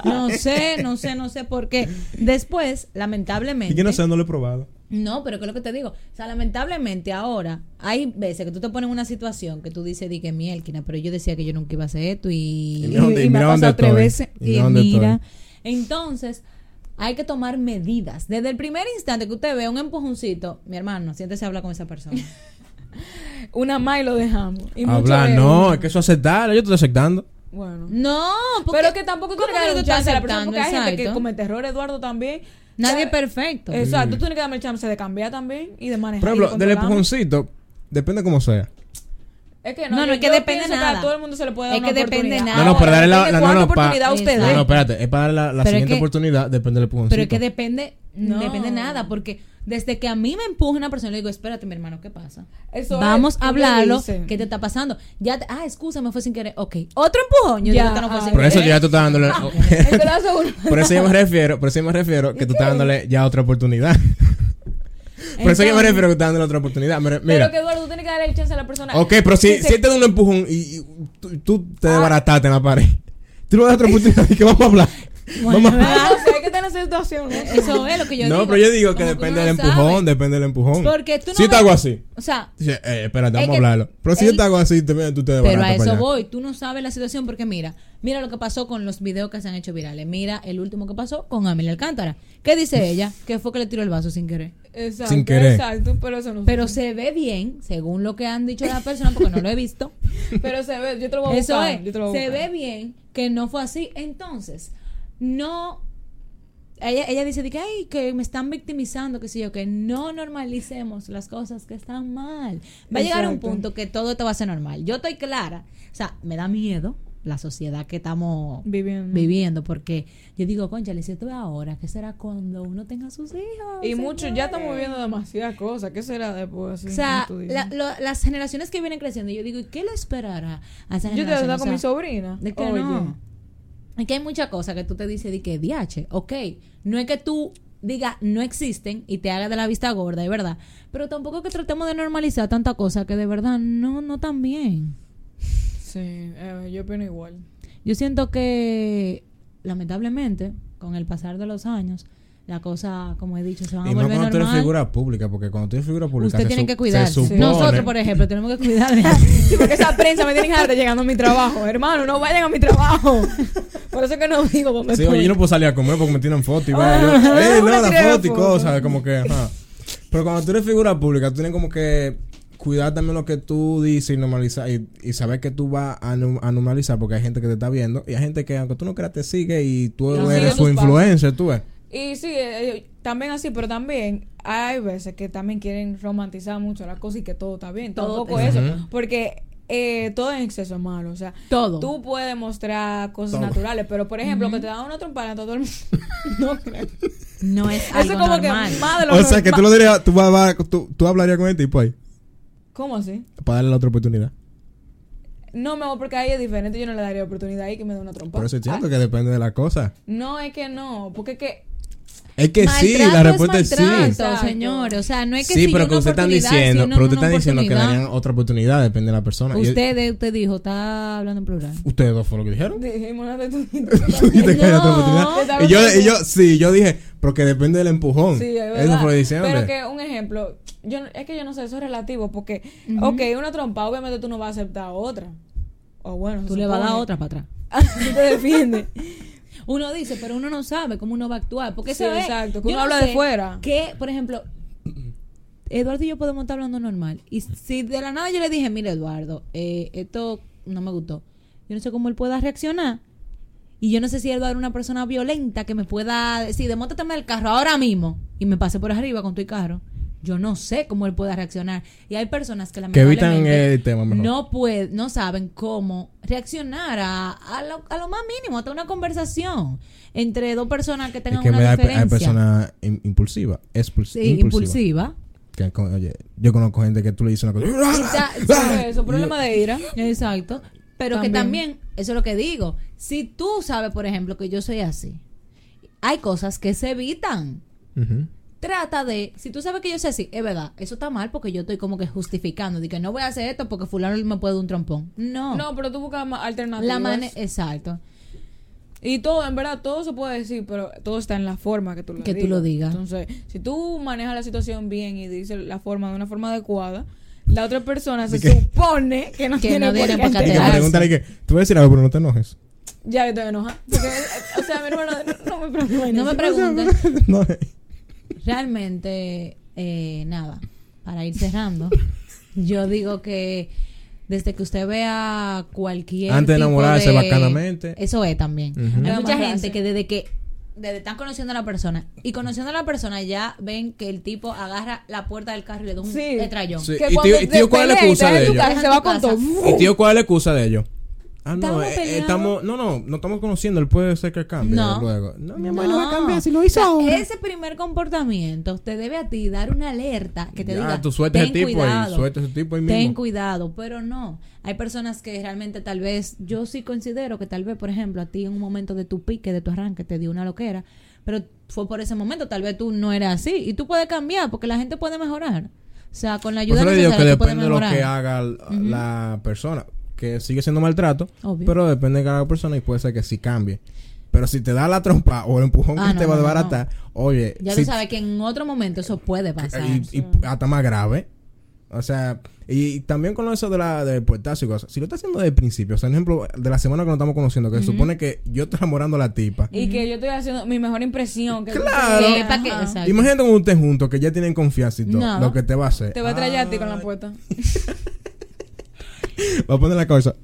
Speaker 1: no sé, no sé, no sé por qué. Después, lamentablemente.
Speaker 4: Y que no sé, no lo he probado.
Speaker 1: No, pero ¿qué es lo que te digo? O sea, lamentablemente ahora hay veces que tú te pones en una situación que tú dices, di que mielquina, pero yo decía que yo nunca iba a hacer esto
Speaker 2: Y
Speaker 1: y...
Speaker 2: mira dónde-
Speaker 3: y me ha
Speaker 2: mira dónde
Speaker 3: pasado tres
Speaker 2: estoy.
Speaker 3: veces
Speaker 2: Y
Speaker 1: y
Speaker 2: mira dónde
Speaker 1: mira.
Speaker 2: estoy.
Speaker 1: Entonces, hay que tomar medidas. Desde el primer instante que usted ve un empujoncito, mi hermano, siéntese a hablar con esa persona.
Speaker 3: Una más y lo dejamos. Y mucho
Speaker 2: Hablar,
Speaker 3: de-
Speaker 2: no, es que eso aceptar, yo estoy aceptando.
Speaker 3: Bueno.
Speaker 1: No, porque...
Speaker 3: Pero que tampoco tú
Speaker 1: ¿Cómo
Speaker 3: tienes
Speaker 1: que
Speaker 3: que darle
Speaker 1: tú
Speaker 3: un
Speaker 1: estás
Speaker 3: chance a la persona.
Speaker 1: aceptando?
Speaker 3: Porque hay gente que
Speaker 1: Exacto.
Speaker 3: comete errores, Eduardo también.
Speaker 1: Nadie es
Speaker 3: ¿Sabes?
Speaker 1: perfecto.
Speaker 3: Exacto, tú tienes que darme el chance de cambiar también y de manejar.
Speaker 2: Mm. Por
Speaker 3: y de
Speaker 2: ejemplo, del
Speaker 3: controlarme.
Speaker 2: empujoncito, depende como sea.
Speaker 3: Es que no,
Speaker 1: No, no,
Speaker 3: yo-
Speaker 1: es que
Speaker 3: yo
Speaker 1: depende
Speaker 3: pienso Que
Speaker 1: nada.
Speaker 3: a todo el mundo se le puede dar
Speaker 1: Es
Speaker 3: una
Speaker 1: que depende
Speaker 3: oportunidad.
Speaker 1: nada.
Speaker 2: No, no,
Speaker 3: Ahora,
Speaker 2: para darle la,
Speaker 3: depende
Speaker 2: no, no,
Speaker 3: cuánta
Speaker 2: no, pa-
Speaker 3: oportunidad usted
Speaker 1: Exacto.
Speaker 2: no,
Speaker 3: da.
Speaker 2: no, espérate, es para darle la, la
Speaker 1: Pero es
Speaker 2: siguiente
Speaker 1: que-
Speaker 2: oportunidad, depende del empujoncito.
Speaker 1: Pero es que depende,
Speaker 3: No.
Speaker 1: depende nada, porque desde que a mí me empuja una persona, le digo, espérate, mi hermano, ¿qué pasa?
Speaker 3: Eso
Speaker 1: Vamos
Speaker 3: es,
Speaker 1: a
Speaker 3: ¿qué
Speaker 1: hablarlo.
Speaker 3: dicen?
Speaker 1: ¿Qué te está pasando? Ya, te- ah, excusa, me fue sin querer. Ok, otro empujón. Yo
Speaker 3: Ya,
Speaker 1: digo, "Esta no fue
Speaker 3: ah,
Speaker 1: sin
Speaker 2: Por eso
Speaker 1: querer".
Speaker 2: yo ya tú estás dándole.
Speaker 3: Eso lo aseguro.
Speaker 2: por eso yo me refiero, por eso yo me refiero que tú estás dándole ya otra oportunidad. por eso yo me
Speaker 1: Entonces-
Speaker 2: refiero que estás dándole otra oportunidad. Mira,
Speaker 3: Pero que
Speaker 2: mira.
Speaker 3: Eduardo, tú tienes que darle el chance a la persona.
Speaker 2: ok, pero si,
Speaker 3: Que
Speaker 2: si
Speaker 3: se-
Speaker 2: él te da un empujón y, y tú, tú te
Speaker 1: Ah.
Speaker 2: desbarataste en la pared, tú le das otra oportunidad y que vamos a hablar.
Speaker 1: Bueno,
Speaker 2: vamos a-
Speaker 3: Ah, no sé, hay que tener esa situación. ¿no?
Speaker 1: Eso es lo que yo
Speaker 2: no,
Speaker 1: digo.
Speaker 2: pero yo digo que
Speaker 1: Como
Speaker 2: depende
Speaker 1: uno
Speaker 2: del
Speaker 1: no
Speaker 2: empujón,
Speaker 1: sabe.
Speaker 2: depende del empujón.
Speaker 1: Porque tú no
Speaker 2: si yo te
Speaker 1: ves-
Speaker 2: hago así.
Speaker 1: O sea,
Speaker 2: dice, eh, espérate,
Speaker 1: Es
Speaker 2: vamos a
Speaker 1: que
Speaker 2: hablarlo. Pero si yo
Speaker 1: él-
Speaker 2: te hago así, te, tú te desbaratas.
Speaker 1: pero a
Speaker 2: para
Speaker 1: eso
Speaker 2: allá.
Speaker 1: voy. Tú no sabes la situación porque mira, mira lo que pasó con los videos que se han hecho virales. Mira el último que pasó con Amelia Alcántara. ¿Qué dice ella? Que fue que le tiró el vaso sin querer.
Speaker 3: Exacto,
Speaker 2: Sin querer.
Speaker 3: Exacto, pero eso no
Speaker 1: Pero se ve bien, según lo que han dicho las personas, porque no lo he visto.
Speaker 3: Pero se ve, yo te lo voy a
Speaker 1: Eso
Speaker 3: buscar.
Speaker 1: es.
Speaker 3: yo te lo voy a
Speaker 1: Se
Speaker 3: buscar.
Speaker 1: ve bien que no fue así. Entonces, no. Ella, ella dice de que, "Ay, que me están victimizando, que sé yo, que no normalicemos las cosas que están mal. Va a llegar un
Speaker 3: Exacto.
Speaker 1: punto que todo te va a ser normal. Yo estoy clara. O sea, me da miedo la sociedad que estamos
Speaker 3: Viviendo.
Speaker 1: viviendo, porque yo digo, concha, si esto es ahora, ¿qué será cuando uno tenga sus hijos?
Speaker 3: Y mucho,
Speaker 1: señores?"
Speaker 3: ya estamos viendo demasiadas cosas. ¿Qué será después? así,
Speaker 1: O sea,
Speaker 3: como tú dices?
Speaker 1: la- lo- las generaciones que vienen creciendo, yo digo, ¿y qué lo esperará? a esa
Speaker 3: yo te
Speaker 1: generación?
Speaker 3: voy
Speaker 1: O
Speaker 3: con
Speaker 1: sea,
Speaker 3: mi sobrina.
Speaker 1: de que
Speaker 3: Oye.
Speaker 1: no. Es que hay muchas cosas que tú te dices de que diache, ok. No es que tú digas no existen y te hagas de la vista gorda, es verdad. Pero tampoco que tratemos de normalizar tanta cosa que de verdad no, no tan bien.
Speaker 3: Sí, eh, yo opino igual.
Speaker 1: Yo siento que, lamentablemente, con el pasar de los años, la cosa, como he dicho, se van
Speaker 2: Y
Speaker 1: a
Speaker 2: más
Speaker 1: volver
Speaker 2: cuando tú eres
Speaker 1: normal.
Speaker 2: figura pública, porque cuando tú eres figura pública.
Speaker 1: Usted
Speaker 2: se
Speaker 1: tiene
Speaker 2: su-
Speaker 1: que cuidarse.
Speaker 2: se supone-
Speaker 1: Nosotros, por ejemplo, tenemos que cuidar.
Speaker 3: Sí, porque esa prensa me tiene que harta llegando a mi trabajo. Hermano, no vayan a mi trabajo. Por eso que no digo cuando
Speaker 2: Sí,
Speaker 3: estoy.
Speaker 2: oye, yo no puedo salir a comer porque me tiran fotos y
Speaker 3: Ah,
Speaker 2: va. yo, eh,
Speaker 3: una
Speaker 2: no, la
Speaker 3: tirada de
Speaker 2: foto y
Speaker 3: foto.
Speaker 2: cosas, como que, ajá. Pero cuando tú eres figura pública, tú tienes como que cuidar también lo que tú dices y normalizar y, y saber que tú vas a, nu- a normalizar porque hay gente que te está viendo y hay gente que aunque tú no creas te sigue y tú
Speaker 3: Lo sigue
Speaker 2: eres
Speaker 3: sus
Speaker 2: su influencer, tú ves.
Speaker 3: Y sí, eh, eh, también así, pero también hay veces que también quieren romantizar mucho la cosa y que todo está bien.
Speaker 1: Todo
Speaker 3: Tampoco
Speaker 1: está
Speaker 3: eso.
Speaker 2: bien. Ujú.
Speaker 3: Porque eh, todo en exceso es malo. O sea,
Speaker 1: Todo.
Speaker 3: tú puedes mostrar cosas
Speaker 2: Todo.
Speaker 3: naturales, pero por ejemplo, que te dan una trompada a todo el mundo. no creo.
Speaker 1: No es
Speaker 3: Eso es
Speaker 1: algo
Speaker 3: como
Speaker 1: normal.
Speaker 3: que más de lo
Speaker 2: O sea, que
Speaker 3: normal.
Speaker 2: tú lo dirías, tú, vas- vas- tú, tú hablarías con el tipo ahí
Speaker 3: ¿Cómo así?
Speaker 2: para darle la otra oportunidad.
Speaker 3: No, me porque ahí es diferente. Yo no le daría oportunidad ahí que me dé una trompada.
Speaker 2: Por eso es cierto
Speaker 3: Ah,
Speaker 2: que depende de la cosa.
Speaker 3: No, es que no. Porque es que
Speaker 2: Es que sí,
Speaker 1: Maltrato
Speaker 2: la respuesta es, sí.
Speaker 1: maltrato,
Speaker 3: Exacto.
Speaker 1: señor. O sea, no es que
Speaker 2: Sí,
Speaker 1: si
Speaker 2: pero
Speaker 1: una
Speaker 2: que usted están
Speaker 1: oportunidad,
Speaker 2: diciendo,
Speaker 1: si no,
Speaker 2: pero
Speaker 1: no
Speaker 2: usted
Speaker 1: una
Speaker 2: está diciendo que le
Speaker 1: oportunidad.
Speaker 2: darían otra oportunidad, depende de la persona. Y-
Speaker 1: Usted, usted dijo, está hablando en plural.
Speaker 2: Ustedes dos fue lo que dijeron.
Speaker 3: dijimos una de
Speaker 2: Tú dijiste que hay otra
Speaker 1: No.
Speaker 2: oportunidad. Y yo, y yo, sí, yo dije, porque depende del empujón.
Speaker 3: Sí, es verdad.
Speaker 2: Eso fue diciembre.
Speaker 3: Pero que un ejemplo, yo no- es que yo no sé, eso es relativo, porque, ok, una trompa, obviamente tú no vas a aceptar otra. O bueno, se
Speaker 1: Tú le vas a dar
Speaker 3: supone.
Speaker 1: otra para atrás.
Speaker 3: Tú te defiendes.
Speaker 1: Uno dice, pero uno no sabe cómo uno va a actuar. Porque
Speaker 3: Sí,
Speaker 1: se ve.
Speaker 3: exacto, que
Speaker 1: yo
Speaker 3: uno
Speaker 1: no
Speaker 3: habla de
Speaker 1: sé
Speaker 3: fuera.
Speaker 1: Que, por ejemplo, Eduardo y yo podemos estar hablando normal. Y si de la nada yo le dije, mira, Eduardo, eh, esto no me gustó. Yo no sé cómo él pueda reaccionar. Y yo no sé si Eduardo es una persona violenta que me pueda decir, demóntateme del carro ahora mismo. Y me pase por arriba con tu carro. Yo no sé cómo él pueda reaccionar. Y hay personas que
Speaker 2: Que evitan
Speaker 1: lamentablemente
Speaker 2: el tema mejor.
Speaker 1: No no puede, no saben cómo reaccionar a, a lo, a lo más mínimo, hasta una conversación entre dos personas que
Speaker 2: es
Speaker 1: tengan
Speaker 2: que en
Speaker 1: una
Speaker 2: verdad hay, pe-
Speaker 1: diferencia.
Speaker 2: hay personas im- impulsivas. expul-
Speaker 1: Sí,
Speaker 2: impulsivas.
Speaker 1: impulsiva.
Speaker 2: Que con- oye, yo conozco gente que tú le dices una cosa. ¡Ah!
Speaker 1: Quizá-
Speaker 3: Sobre eso, problema de ira.
Speaker 1: Ah. Exacto. Pero que también, eso es lo que digo, si tú sabes, por ejemplo, que yo soy así, hay cosas que se evitan.
Speaker 2: Ujú.
Speaker 1: Trata de, si tú sabes que yo soy así, es verdad, eso está mal porque yo estoy como que justificando, de que no voy a hacer esto porque fulano me puede dar un trompón. No.
Speaker 3: No, pero tú buscas ma-
Speaker 1: la mane-
Speaker 3: alternativas.
Speaker 1: exacto.
Speaker 3: y todo, en verdad, todo se puede decir, pero todo está en la forma que tú lo
Speaker 1: Que tú
Speaker 3: digas.
Speaker 1: lo digas.
Speaker 3: Entonces, si tú manejas la situación bien y dices la forma de una forma adecuada, la otra persona se supone que no
Speaker 1: Que
Speaker 3: tiene
Speaker 1: no tiene por
Speaker 3: por
Speaker 1: qué
Speaker 3: qué
Speaker 1: alterarse.
Speaker 2: Y que
Speaker 3: alterarse.
Speaker 2: pregúntale que tú vas a decir algo, pero no te enojes.
Speaker 3: Ya yo te enoja. Porque, o sea, mi hermano, no, no me preguntes.
Speaker 1: No me preguntes.
Speaker 2: No, eh.
Speaker 1: realmente eh, nada para ir cerrando yo digo que desde que usted vea cualquier
Speaker 2: Antes de
Speaker 1: tipo
Speaker 2: enamorarse
Speaker 1: de-
Speaker 2: bacanamente.
Speaker 1: eso es también
Speaker 2: Ujú.
Speaker 1: hay
Speaker 3: Nada
Speaker 1: mucha
Speaker 3: más
Speaker 1: gente
Speaker 3: gracias.
Speaker 1: que desde que desde están conociendo a la persona y conociendo a la persona ya ven que el tipo agarra la puerta del carro y le da un
Speaker 3: Sí.
Speaker 1: estrellón
Speaker 2: Sí.
Speaker 3: Que
Speaker 2: Y
Speaker 3: cuando
Speaker 2: tío- y tío,
Speaker 3: te
Speaker 2: ¿cuál es la
Speaker 3: pelea y
Speaker 2: excusa
Speaker 3: te
Speaker 2: de
Speaker 3: en tu
Speaker 2: ellos?
Speaker 3: casa, Se va con
Speaker 1: Dejan tu
Speaker 3: todo.
Speaker 2: Y tío, ¿cuál es la excusa de ellos? Ah, no,
Speaker 1: Estamos
Speaker 2: eh, eh,
Speaker 1: peleados.
Speaker 2: estamos, no, no, no estamos conociendo, él puede ser que cambie
Speaker 1: No.
Speaker 2: luego. No, mi amor,
Speaker 1: No.
Speaker 2: no va a cambiar si lo hizo
Speaker 1: O sea,
Speaker 2: ahora.
Speaker 1: Ese primer comportamiento te debe a ti dar una alerta que te
Speaker 2: Ya,
Speaker 1: diga.
Speaker 2: tú sueltas
Speaker 1: ten
Speaker 2: ese tipo ahí,
Speaker 1: cuidado,
Speaker 2: sueltas ese tipo ahí mismo".
Speaker 1: Ten cuidado, pero no. Hay personas que realmente tal vez, yo sí considero que tal vez, por ejemplo, a ti en un momento de tu pique, de tu arranque, te dio una loquera, pero fue por ese momento, tal vez tú no eras así. Y tú puedes cambiar, porque la gente puede mejorar. O sea, con la
Speaker 2: Por
Speaker 1: ayuda
Speaker 2: eso le digo que
Speaker 1: necesaria tú puedes
Speaker 2: depende de lo
Speaker 1: mejorar.
Speaker 2: que haga l- la persona. Que sigue siendo maltrato,
Speaker 1: Obvio.
Speaker 2: pero depende de cada persona y puede ser que sí cambie. Pero si te da la trompa o el empujón
Speaker 1: Ah,
Speaker 2: que
Speaker 1: no,
Speaker 2: te va a
Speaker 1: no, no,
Speaker 2: desbaratar, oye,
Speaker 1: Ya
Speaker 2: si-
Speaker 1: tú sabes que en otro momento eso puede pasar.
Speaker 2: y, y hasta más grave. O sea, y, y también con eso de la de puertazo y cosas. Si lo estás haciendo desde el principio, o sea, un ejemplo de la semana que nos estamos conociendo, que se supone que yo estoy enamorando a la tipa.
Speaker 3: Y que yo estoy haciendo mi mejor impresión. Que
Speaker 2: Claro.
Speaker 1: Sí, pa' que-
Speaker 3: Ajá.
Speaker 1: exacto.
Speaker 2: Imagínate con ustedes juntos que ya tienen confianza y todo,
Speaker 1: No.
Speaker 2: lo que te va a hacer.
Speaker 3: Te va a traer a ti con la puerta.
Speaker 2: Va a poner la cabeza.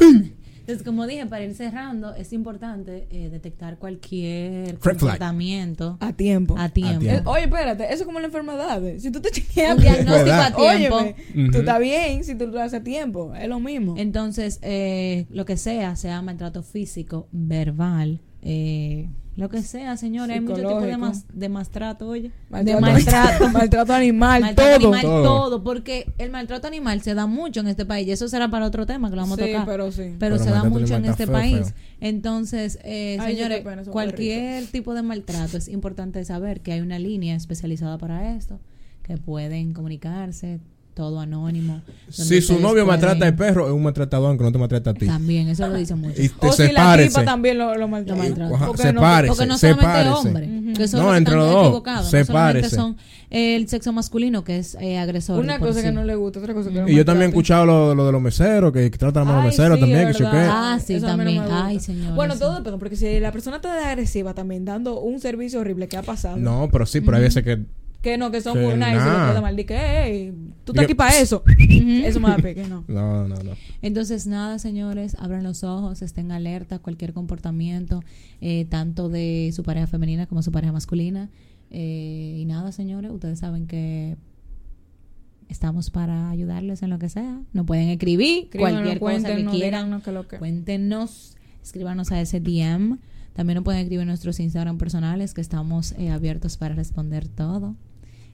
Speaker 1: Entonces, como dije, para ir cerrando, es importante eh, detectar cualquier
Speaker 2: flag.
Speaker 1: comportamiento
Speaker 3: Ah, A tiempo.
Speaker 1: a tiempo.
Speaker 2: tiempo.
Speaker 3: Eh, Oye, espérate, eso es como la enfermedad. eh. Si tú te chequeas
Speaker 1: Un diagnóstico a
Speaker 2: ¿Verdad?
Speaker 1: tiempo.
Speaker 3: Óyeme, tú estás bien si tú lo haces a tiempo. Es lo mismo.
Speaker 1: Entonces, eh, lo que sea, sea maltrato físico, verbal, eh, lo que sea, señores, hay mucho tipo de,
Speaker 3: Psicológico.
Speaker 1: mas- de maltrato, oye.
Speaker 3: Maltrato,
Speaker 1: de maltrato.
Speaker 3: maltrato animal,
Speaker 1: Maltrato
Speaker 3: todo.
Speaker 1: animal, todo.
Speaker 2: Todo.
Speaker 1: porque el maltrato animal se da mucho en este país, y eso será para otro tema que lo vamos a
Speaker 3: Sí,
Speaker 1: tocar.
Speaker 3: pero sí.
Speaker 1: Pero
Speaker 2: Pero
Speaker 1: se da
Speaker 2: maltrato
Speaker 1: mucho en
Speaker 2: animal está
Speaker 1: este
Speaker 2: feo,
Speaker 1: país.
Speaker 2: feo.
Speaker 1: Entonces, eh,
Speaker 3: Ay, sí,
Speaker 1: señores,
Speaker 3: qué pena, son
Speaker 1: cualquier tipo de maltrato es importante saber que hay una línea especializada para esto, que pueden comunicarse todo anónimo. donde
Speaker 2: Si su
Speaker 1: ustedes
Speaker 2: novio
Speaker 1: pueden-
Speaker 2: maltrata al perro, es un maltratador aunque no te maltrata a ti.
Speaker 1: También, eso lo dicen mucho.
Speaker 2: Y te
Speaker 3: O si la
Speaker 2: sepárese. Eh,
Speaker 3: tipa también lo, lo maltrata.
Speaker 1: Lo maltrata.
Speaker 2: Ajá,
Speaker 3: Porque no-
Speaker 2: sepárese,
Speaker 1: Porque no solamente
Speaker 2: sepárese.
Speaker 1: hombre, que eso
Speaker 2: No,
Speaker 1: es lo que
Speaker 2: entre
Speaker 1: están
Speaker 2: los dos,
Speaker 1: equivocados, No solamente
Speaker 2: sepárese.
Speaker 1: son eh, el sexo masculino que es eh, agresor.
Speaker 3: Una
Speaker 1: por
Speaker 3: cosa que
Speaker 1: sí.
Speaker 3: no le gusta, otra cosa que no
Speaker 2: Y yo también he
Speaker 3: maltrata.
Speaker 2: escuchado lo, lo de los meseros, que tratan mal a los
Speaker 3: Ay,
Speaker 2: meseros
Speaker 3: sí,
Speaker 2: también, que yo
Speaker 3: ¿verdad?
Speaker 2: qué.
Speaker 1: Ah, sí,
Speaker 3: Eso a mí no me
Speaker 1: también.
Speaker 3: gusta.
Speaker 1: Ay, señores,
Speaker 3: Bueno,
Speaker 1: sí.
Speaker 3: todo depende, porque si la persona está de agresiva también dando un servicio horrible que ha pasado.
Speaker 2: No, pero sí, pero hay veces que
Speaker 3: Que no, que son
Speaker 2: Que
Speaker 3: muy nice y
Speaker 2: nada.
Speaker 3: lo tratan mal. Di que, hey, tú
Speaker 2: Di que-
Speaker 3: estás aquí para eso. Eso me da pique, no.
Speaker 2: No, no, no.
Speaker 1: Entonces, nada, señores, abran los ojos, estén alerta a cualquier comportamiento, eh, tanto de su pareja femenina como su pareja masculina. Eh, y nada, señores, ustedes saben que estamos para ayudarles en lo que sea. Nos pueden escribir cualquier cosa que
Speaker 3: cuéntenos,
Speaker 1: quieran.
Speaker 3: díganos que lo que-
Speaker 1: Cuéntenos, escríbanos a ese DM. También nos pueden escribir en nuestros Instagram personales que estamos eh, abiertos para responder todo.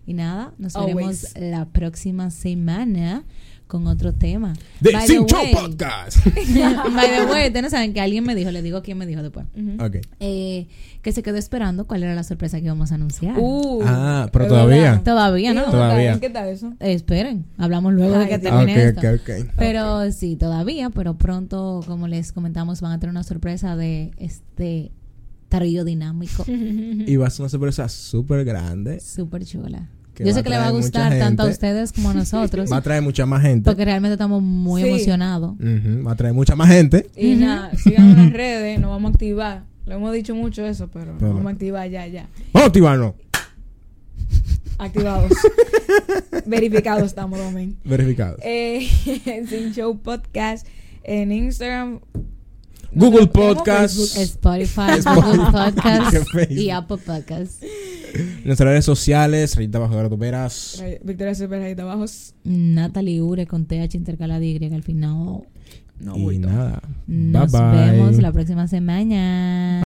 Speaker 1: Y nada, nos veremos
Speaker 3: Always.
Speaker 1: la próxima semana con otro tema.
Speaker 2: De
Speaker 1: By the
Speaker 2: Sin Show
Speaker 1: way-
Speaker 2: Podcast.
Speaker 1: By the way, ustedes no saben que alguien me dijo, le digo quién me dijo después,
Speaker 3: Ujú.
Speaker 2: ok.
Speaker 1: eh, que se quedó esperando cuál era la sorpresa que íbamos a anunciar.
Speaker 3: Uh,
Speaker 2: Ah, pero
Speaker 3: es
Speaker 2: todavía.
Speaker 3: verdad.
Speaker 1: Todavía no.
Speaker 3: Digo,
Speaker 2: Todavía.
Speaker 3: ¿Qué tal eso?
Speaker 1: Eh, Esperen, hablamos luego de
Speaker 3: Ay,
Speaker 1: que
Speaker 3: Dios.
Speaker 1: termine
Speaker 2: Ah, Ok,
Speaker 1: esto.
Speaker 2: ok, ok.
Speaker 1: Pero sí, todavía, pero pronto, como les comentamos, van a tener una sorpresa de este trío dinámico
Speaker 2: Y va a ser una sorpresa súper grande.
Speaker 1: súper chula.
Speaker 2: Que
Speaker 1: Yo
Speaker 2: va
Speaker 1: sé
Speaker 2: a
Speaker 1: que le va a
Speaker 2: traer mucha
Speaker 1: gustar tanto a
Speaker 2: gente.
Speaker 1: ustedes como a nosotros,
Speaker 2: Va a traer mucha más gente.
Speaker 1: porque realmente estamos muy
Speaker 3: Sí.
Speaker 1: emocionados.
Speaker 2: Ujú, Va a traer mucha más gente.
Speaker 3: Y nada, sigan las redes, nos vamos a activar. Lo hemos dicho mucho eso, pero nos
Speaker 2: Pero-
Speaker 3: vamos a activar ya, ya.
Speaker 2: Vamos a activarnos.
Speaker 3: Activados. Verificados estamos, Domen.
Speaker 2: Verificado.
Speaker 3: Eh, Sin Show Podcast en Instagram.
Speaker 2: Google
Speaker 3: tenemos
Speaker 2: Podcast.
Speaker 1: Spotify,
Speaker 2: Spotify,
Speaker 1: Google
Speaker 2: que
Speaker 1: Podcast
Speaker 2: Facebook.
Speaker 1: y Apple Podcast.
Speaker 2: Nuestras redes sociales. Rayita bajo de veras.
Speaker 3: Ra- Victoria Cepeda ahí de abajo.
Speaker 1: Natalie Ure con TH intercalada y al final.
Speaker 2: y nada.
Speaker 1: Nos
Speaker 2: bye bye.
Speaker 1: vemos la próxima semana.